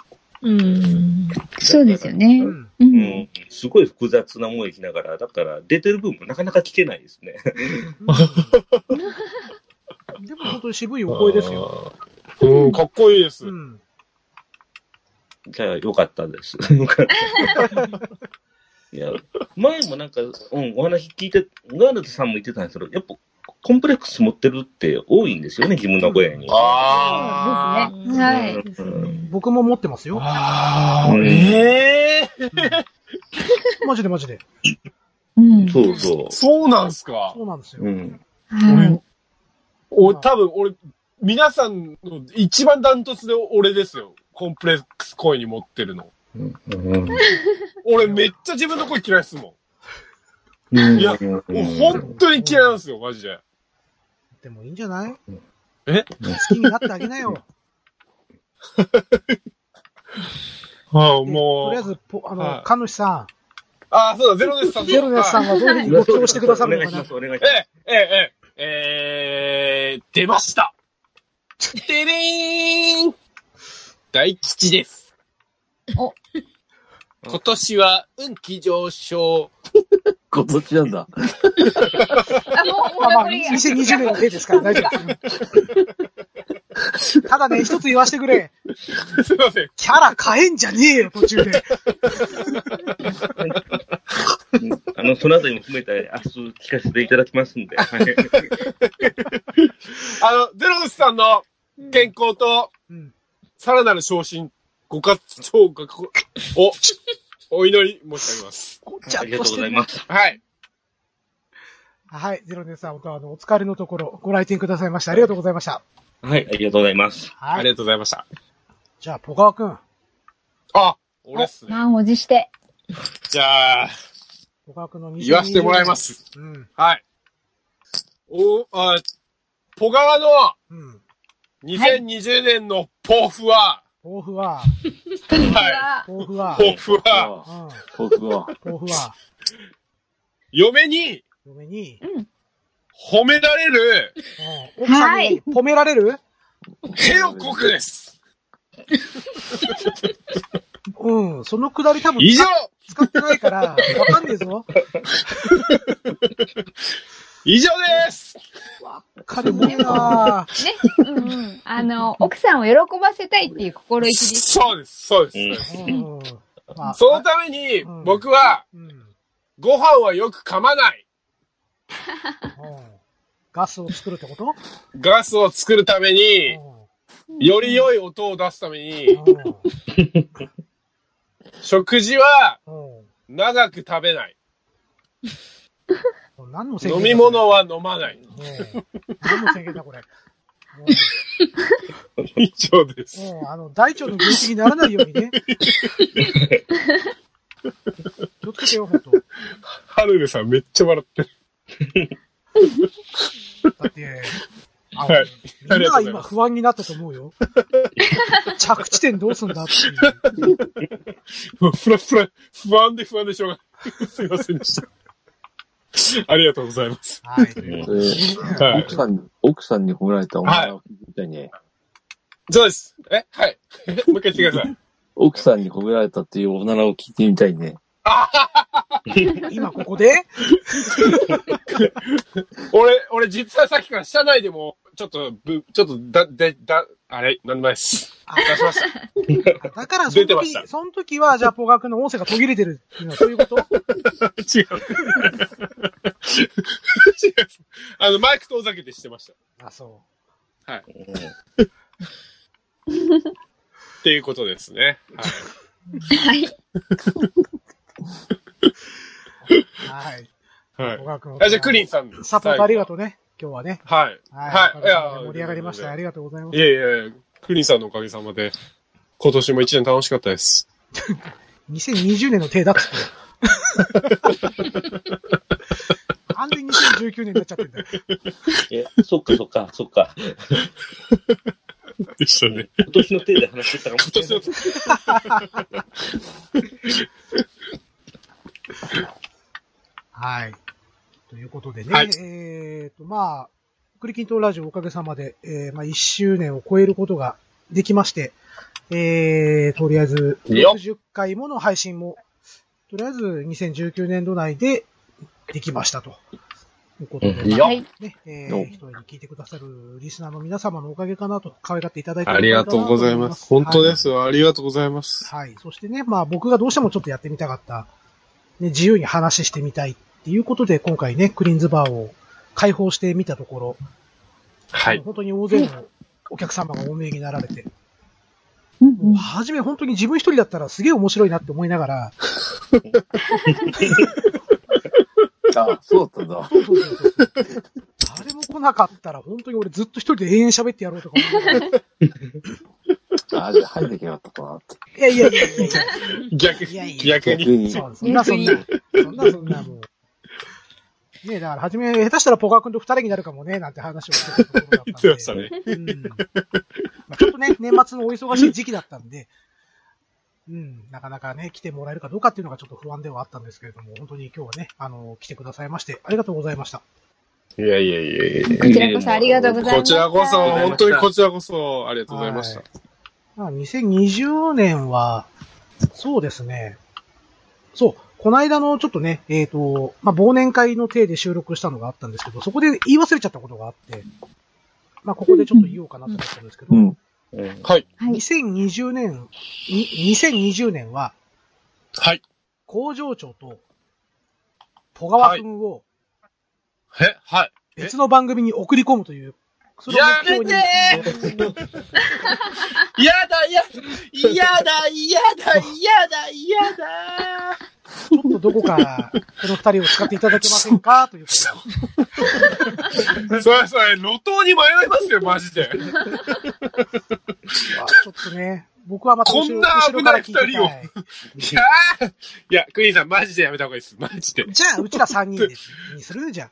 S9: うん。
S6: そうですよね
S1: う。ん。
S6: う。
S8: うんん。すごい複雑な思いしながら、だから出てる分もなかなか聞けないですね。
S1: でも本当に渋い
S2: い。
S1: お声ですよ。
S2: うん、かっこいいです
S1: う。ん。
S8: じゃあ、よかったです。よかった。いや、前もなんか、うん、お話聞いて、ガールズさんも言ってたんですけど、やっぱ、コンプレックス持ってるって多いんですよね、自分の声に。
S2: あ
S6: そうですね。は
S8: う
S6: い。
S8: ん
S1: 僕も持ってますよ。
S2: あ
S8: うん
S2: ええー
S1: マジでマジで。
S6: うん。
S8: そうそう。
S2: そうなんすか
S1: そうなんですよ。
S8: うん。
S6: はい。
S2: お、多分俺、皆さんの一番ダントツで俺ですよ。コンプレックス声に持ってるの。
S8: うん
S2: 俺めっちゃ自分の声嫌いっすも
S8: うん
S2: いやん。もう本当に嫌いなんですよ、マジで。
S1: でもいいんじゃない
S2: え
S1: 好きになってあげなよ。
S2: ああ、
S1: でと
S2: も
S1: りあえ
S2: う。
S1: ず、ぽあ
S2: は
S1: の、
S2: い
S1: かぬしさ
S2: ああ、そうだ、ゼロネスさん。
S1: ん、ゼロネスさ
S2: ん。
S1: んはどういうふうにご協力してくださるの
S8: お願い
S1: かな
S8: します、お願いし
S2: ええ、ええ、ええ、ええ、出ました。てれーん大吉です。
S6: お
S2: 今年は運気上昇。
S11: 今年なんだ。
S12: あ、もう、もう
S1: まあまあ、
S12: 残り
S1: 2020年の例ですから大丈夫。ただね、一つ言わせてくれ。
S2: すいません。
S1: キャラ変えんじゃねえよ、途中で。
S8: ます。あの、そのあたりも含めて、明日聞かせていただきますんで。はい
S2: あの、ゼロネスさんの健康と、
S1: うん。
S2: さらなる昇進、ご活躍がこ、を、お祈り申し上げます。
S1: こっちゃ
S8: あ
S1: っ
S8: りが
S1: と
S8: とう
S1: し
S8: ご
S1: て
S8: ざい
S1: る。
S8: ます。
S2: はい。
S1: はい、ゼロネさん、本当あの、お疲れのところ、ご来店くださいました。ありがとうございました。
S8: はい、ありがとうございます。
S2: あ
S1: は
S2: り
S1: い。
S2: がとうございました。
S1: じゃあ、ポカワくん。
S2: あ、俺っすね。
S6: 満を持して。
S2: じゃあ、
S1: ポカワくんの20
S2: 言わせてもらいま。す。
S1: うん。
S2: はい。お、あ、ポガワの
S1: うん。
S2: 2020年の抱負は、
S1: お豆腐は、
S2: は
S6: わ
S1: 豆 腐は、
S2: い。抱負は、
S1: う
S5: あ
S1: ん、
S5: 豆腐は、
S1: 豆腐は、
S2: 嫁に
S1: 嫁に、
S2: 褒められ る、
S1: うん、奥さんに褒められる、
S2: 手をこくです。
S1: うん、そのくだり多分
S2: 以上
S1: 使ってないから、わかんねえぞ。
S2: 以上 です
S1: かりもいな
S6: ね、うんうん。あの、奥さんを喜ばせたいっていう心意気です。
S2: そうです、そうです。
S8: う
S1: う
S8: ん
S1: ん。まあ
S2: そのために
S1: うん、
S2: 僕は、
S1: うんうん
S2: ご飯はよく噛まない。
S1: ガスを作るってこと
S2: ガスを作るため
S1: う
S2: に、
S1: ん
S2: より良い音を出すために、
S1: う
S2: 食事は
S1: んうん
S2: 長く食べない。
S1: もう何の宣言
S2: 飲
S1: だ
S2: み物は飲まない。
S1: うん何の宣言だこれ。
S2: 以上です。
S1: もう、もうあの、大腸の病気にならないようにね。気をつけてよ、ほんと。
S2: ハルルさんめっちゃ笑ってる。
S1: だって、あ
S2: はい
S1: みんなが
S2: ありがとうござい
S1: 今
S2: ます
S1: 不安になったと思うよ。着地点どうすんだっていう。
S2: もうフラフラ、不安で不安でしょうがない。すいませんでした。ありがとうございます。
S1: はい。という
S5: え
S1: こ
S5: ー
S1: とで
S2: はい
S5: 奥さんに、奥さんに褒められたお前は聞きたいね。
S2: そうです。えはい。もう一回言ってください。
S5: 奥さんに褒められたっていうおならを聞いてみたいね。
S1: 今ここで
S2: 俺、俺実はさっきから社内でも、ちょっと、ぶ、ちょっと、だ、で、だ、あれ、なんでもないです。
S1: あ
S2: 出しました。
S1: だからその
S2: 出てまし
S1: 時、
S2: た
S1: その時は、じゃあ、ポガ君の音声が途切れてるっていうのはそういうこと
S2: 違う。違う。あの、マイク遠ざけてしてました。
S1: あ、そ
S2: っていうことですね。はい。
S1: う。はい。
S2: はい
S1: 小川君。
S2: あじゃあ、クリンさん。
S1: サポートありがと
S2: と
S1: うね。今日はね。
S2: う。はい。
S1: はい。
S2: はいいや
S1: 盛り上がりました。ありがとうございま
S2: いやいやいやクリンさんのおかげさまで、今年も一年楽しかったです。
S1: す。2020年の手だっつって。完全に2019年になっちゃってんだよ。
S8: え、そっかそっか、そ っか。
S2: でしたね。
S8: 今年の手で話してたかも
S2: 今
S8: しれ
S2: 年
S8: な
S2: の
S8: い。、
S1: はい。ということでね、
S2: はい
S1: えーと、まあ、クリキントラジオおかげさまで、えー、まあ、1周年を超えることができまして、えー、とりあえず、
S2: いいよ
S1: 60回もの配信も、とりあえず2019年度内でできましたと。いうことで、
S8: うんい
S1: まあ
S8: いよ
S13: はい。
S1: ね、え
S5: よ
S1: ー、一人に聞いてくださるリスナーの皆様のおかげかなと、可愛がっていただいて
S2: ありがとうございます。本当で。す。ありがとうございます。
S1: はい。そしてね、まあ僕がどうしてもちょっとやってみたかった、ね、自由に話してみたいっていうことで、今回ね、クリーンズバーを開放してみたところ、
S2: はい。
S1: 本当に大勢のお客様がお見えになられて、
S13: うん
S1: もう初め本当に自分一人だったらすげえ面白いなって思いながら、
S5: あ、そうだったんだ。
S1: そうそうそうそう誰も来なかったら本当に俺ずっと一人で延々喋ってやろうとか思いながら。い
S5: あ、じゃあ入んなきゃよかったかなって。
S1: やいやいやいやい
S2: 逆
S1: いやいや
S2: に、逆
S5: 逆
S2: に。
S5: に
S1: や、そうそんなそんな、そんなそんなもう。ねえ、だから初め、下手したらポカ君と二人になるかもね、なんて話をしてたところだったんで。
S2: 言ってましたね。
S1: うんまあちょっとね、年末のお忙しい時期だったんで、うん、なかなかね、来てもらえるかどうかっていうのがちょっと不安ではあったんですけれども、本当に今日はね、あの、来てくださいまして、ありがとうございました。
S2: いやいやいやいや。
S13: こちらこそありがとうございます。
S2: こちらこ そ、本当にこちらこそ、ありがとうございました
S1: は。まあ、2020年は、そうですね。そう、この間のちょっとね、えっ、と、まあ、忘年会の体で収録したのがあったんですけど、そこで言い忘れちゃったことがあって、まあ、ここでちょっと言おうかなと思ったんですけど、
S5: うん。
S8: うん
S2: はい。
S13: はい
S1: 2020年、に2020年は、
S2: はい。
S1: 工場長と、小川くんを
S2: え、はい。
S1: 別の番組に送り込むという、それを目標に
S2: ややだ、やだ、やだ、やだ、やだ、やだ。
S1: ちょっとどこか、この二人を使っていただけませんかということで
S2: それそれ、路頭に迷いますよ、マジで。
S1: まあちょっとね、僕はまた後ろ
S2: こんな
S1: 後ろから聞いてた
S2: 危ない二いやーいや、クリーンさん、マジでやめた方がいいです。マジで。
S1: じゃあ、うちら三人で、にするじゃん。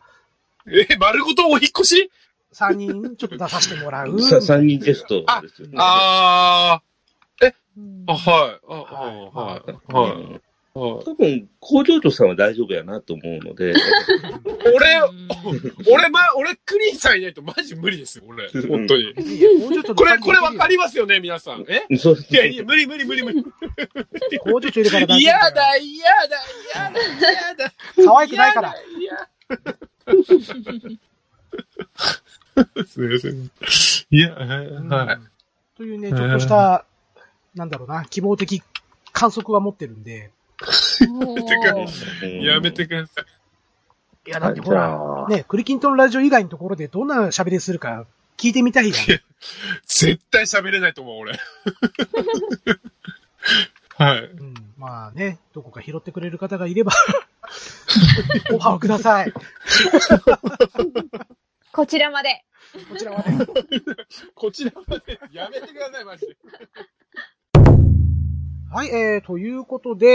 S2: え、丸ごとお引っ越し
S1: 三人ちょっと出させてもらう。
S8: さ三人テストですよね。
S2: あー。え、
S9: うん
S14: あ、はい。あ、はい。はい。はい。
S8: うん
S14: はい
S8: 多分、工場長さんは大丈夫やなと思うので、
S14: 俺、
S9: うん
S14: 俺、ま、俺、クリーンさんいないとマジ無理ですよ、俺。本当に。
S1: いや工場長の
S14: これ、
S1: 他に
S14: これわか
S1: い
S14: りますよね、皆さん。え
S8: そう
S14: いやいや、無理無理無理無理。
S1: るよ工場長いるから大丈
S14: 嫌
S1: 夫だよ。
S14: だ、嫌だ、嫌だ、嫌だ。
S1: 可愛くないから。
S14: 嫌だ。嫌すみません。いや、はい。
S1: というね、ちょっとした、なんだろうな、希望的観測は持ってるんで。
S9: おー
S8: うん
S14: やめてください。
S1: いや、だっ
S5: はい
S1: て、ほ
S5: じ
S1: ら、
S5: ゃあ、
S1: ね、クリキントンラジオ以外のところでどんな喋りするか聞いてみたいよね。
S14: 絶対喋れないと思う、 俺。はい。
S1: うん、まあね、どこか拾ってくれる方がいれば、 オファーをください。こ
S6: こちらまで。
S1: ちらはね。
S14: こちらまで。やめてください、マジで。
S1: はい、えー、ということで、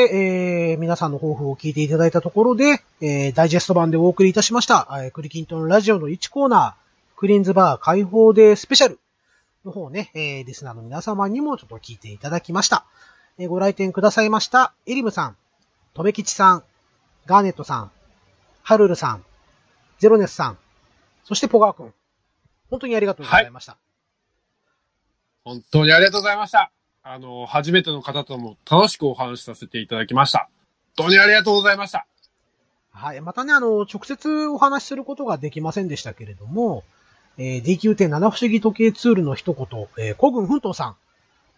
S1: えー、皆さんの抱負を聞いていただいたところで、えー、ダイジェスト版でお送りいたしました、えー、クリキントンラジオの1コーナー、クリーンズバー開放デースペシャルの方をね、えー、リスナーの皆様にもちょっと聞いていただきました。えー、ご来店くださいました、エリムさん、とめきちさん、ガーネットさん、ハルルさん、ゼロネスさん、そしてポガー君。本当にありがとうございました。
S2: 本当にありがとうございました。あの、初めての方とも楽しくお話しさせていただきました。本当にありがとうございました。
S1: はい。またね、あの、直接お話しすることができませんでしたけれども、えー DQ.7 不思議時計ツールの一言、えー、古軍奮闘さん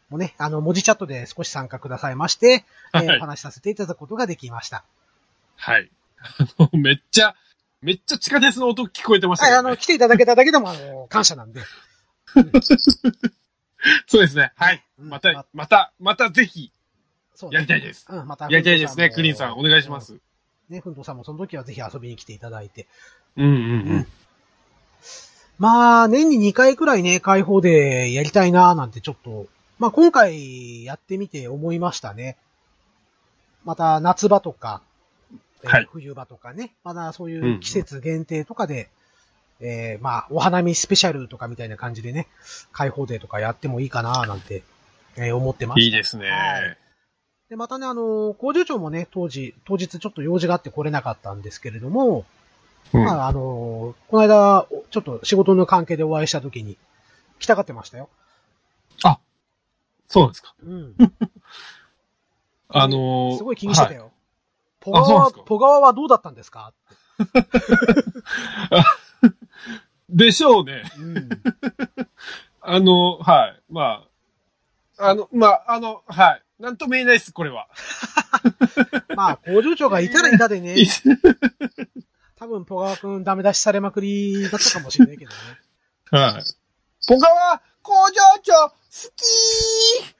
S1: もね、あの、文字チャットで少し参加くださいまして、えー
S2: はい
S1: お話しさせていただくことができました。
S2: はい。あの、めっちゃ、めっちゃ地下鉄の音聞こえてました
S1: は
S2: け
S1: い、あ
S2: ど、ね
S1: の、。来ていただけただけでも、あの、感謝なんで。
S2: そうですね。はい。
S1: うん
S2: ま
S1: ま
S2: た、また、またぜひ、
S1: そうね
S2: やりたいです。
S1: うん、また。
S2: やりたいですね、
S1: 奮闘
S2: クリーンさん。お願いしま。
S1: うん
S2: す。
S1: ね、奮闘さんもその時はぜひ遊びに来ていただいて。
S2: うんうんうん。
S1: まあ、年に2回くらいね、開放でやりたいなーなんてちょっと、まあ今回やってみて思いましたね。また夏場とか、えー
S2: はい
S1: 冬場とかね、まだそうい
S2: んう
S1: うん季節限定とかで、えーまあお花見スペシャルとかみたいな感じでね、開放デーとかやってもいいかなーなんて、えー思ってま
S2: いい
S1: した。
S2: ですね。
S1: はいで、またね、あのー工場長もね、当時、当日ちょっと用事があって来れなかったんですけれども、
S2: うん
S1: まあ、あのーこの間、ちょっと仕事の関係でお会いしたときに、来たがってましたよ。
S2: そうなんですか。
S1: うん。
S2: あのー
S1: すごい気にしてた
S2: は
S1: よ。ポガ
S2: あそうなん
S1: ワ、
S2: ですか
S1: ポガワはどうだったんですか
S2: でしょうね。
S1: うん。
S2: あの、はい。まあ、あの、まあ、あの、はい。なんとも言えないです、これは。
S1: まあ、工場長がいたらいたでね
S2: い、
S1: 多分ポガワくんダメ出しされまくりだったかもしれないけどね。
S2: はい。ポカは工場長、好き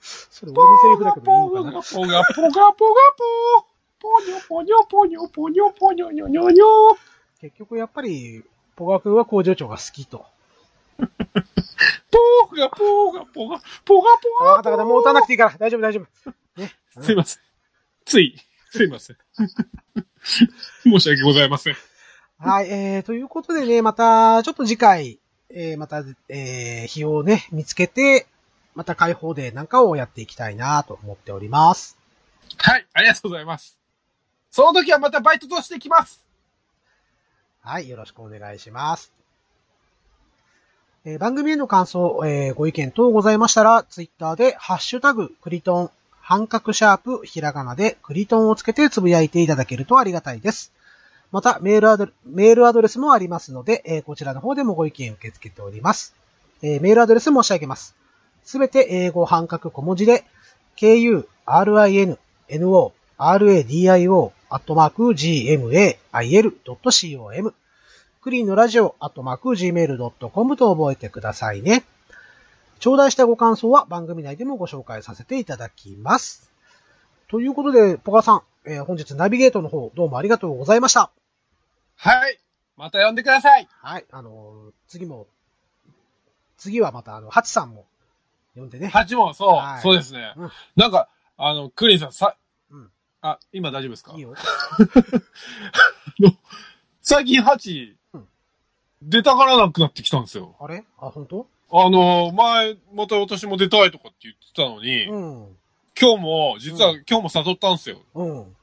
S1: それ俺のセリフだけどいいのかな。
S2: ポガポガポガポポニョポニョポニョポニョポニョニョニョニョ
S1: 結局やっぱり、ポガワくんは工場長が好きと。
S2: ポガポガポガポガポガ
S1: わかったわかった、もう打たなくていいから。大丈夫大丈夫。
S2: すいません。つい、すいません。 申し訳ございません。
S1: はい、えー、ということでね、また、ちょっと次回、えー、また、えー、日をね、見つけて、また開放デーなんかをやっていきたいなと思っております。
S2: はい、ありがとうございます。その時はまたバイトとしてきます。
S1: はい、よろしくお願いします。えー、番組への感想、えー、ご意見等ございましたら、ツイッターで、ハッシュタグ、クリトン、半角シャープ、ひらがなで、クリトンをつけてつぶやいていただけるとありがたいです。また、メールアドレメールアドレスもありますので、えーこちらの方でもご意見受け付けております。えーメールアドレス申し上げます。すべて英語半角小文字で、ku-rin-no-radio アットマーク gmail.com クリーンのラジオアットマーク gmail.com と覚えてくださいね。頂戴したご感想は番組内でもご紹介させていただきます。ということで、ポカさん、えー本日ナビゲートの方どうもありがとうございました。
S2: はい。また呼んでください。
S1: はい、あのー次も、次はまたあの、ハチさんも呼んでね。
S2: ハチも、そう、
S1: はい
S2: そうですね、
S1: うん
S2: なんか、あの、クリンさん、さ、
S1: うん
S2: あ、今大丈夫ですか
S1: いいよ。
S2: 最近ハチ、
S1: うん
S2: 出たがらなくなってきたんですよ。
S1: あれあ、本当
S2: あの、前、また私も出たいとかって言ってたのに、
S1: うん。
S2: 今日も、実は
S1: う
S2: 今日も誘ったんですよ。
S1: うん。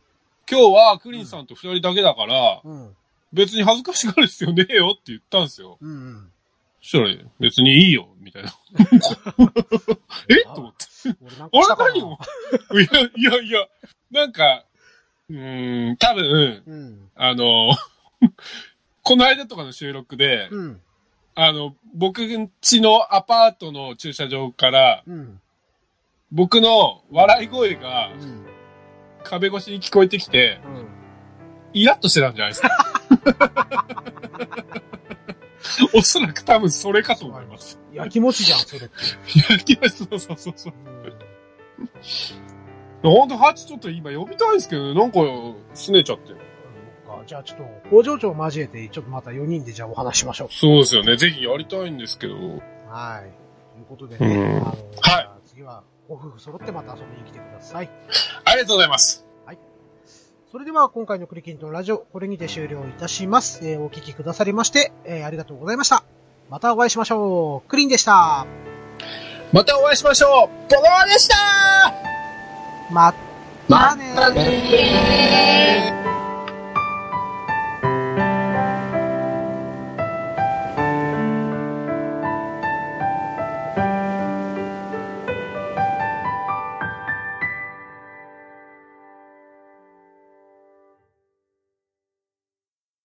S2: 今日はクリンさんと二人だけだから、
S1: うん。
S2: 別に恥ずかしがる必要ねえよって言ったんですよ。
S1: うん。
S2: そしたら、別にいいよ、みたいな。えと思って。
S1: 俺なん
S2: あ
S1: か
S2: れ
S1: したかな
S2: 何をいや、いやいや、なんか、うーん、多分、
S1: うん。
S2: あの、 この間とかの収録で、
S1: うん。
S2: あの、僕ん家のアパートの駐車場から、
S1: うん。
S2: 僕の笑い声が
S1: うん。
S2: 壁越しに聞こえてきて、イラッとしてたんじゃないですか。おそらく多分それかと思います。
S1: いや、気持ちじゃん、それって。
S2: いや、いやそうそうそうそ
S1: う
S2: う。ほんと、ハチちょっと今呼びたいんですけど、なんか、すねちゃって。
S1: んかじゃあちょっと、工場長を交えて、ちょっとまた4人でじゃあお話ししましょ
S2: そうですよね。ぜひやりたいんですけど。
S1: う。はい。ということで
S2: う
S1: ね、
S2: ん
S1: あの、じゃあ次は、ご夫婦揃ってまた遊びに来てください。
S2: ありがとうございます。
S1: それでは今回のクリキントンラジオ、これにて終了いたします。えーお聞きくださりまして、えーありがとうございました。またお会いしましょう。クリンでした。
S2: またお会いしましょう。ポロワでした
S1: ま、またねー
S15: えー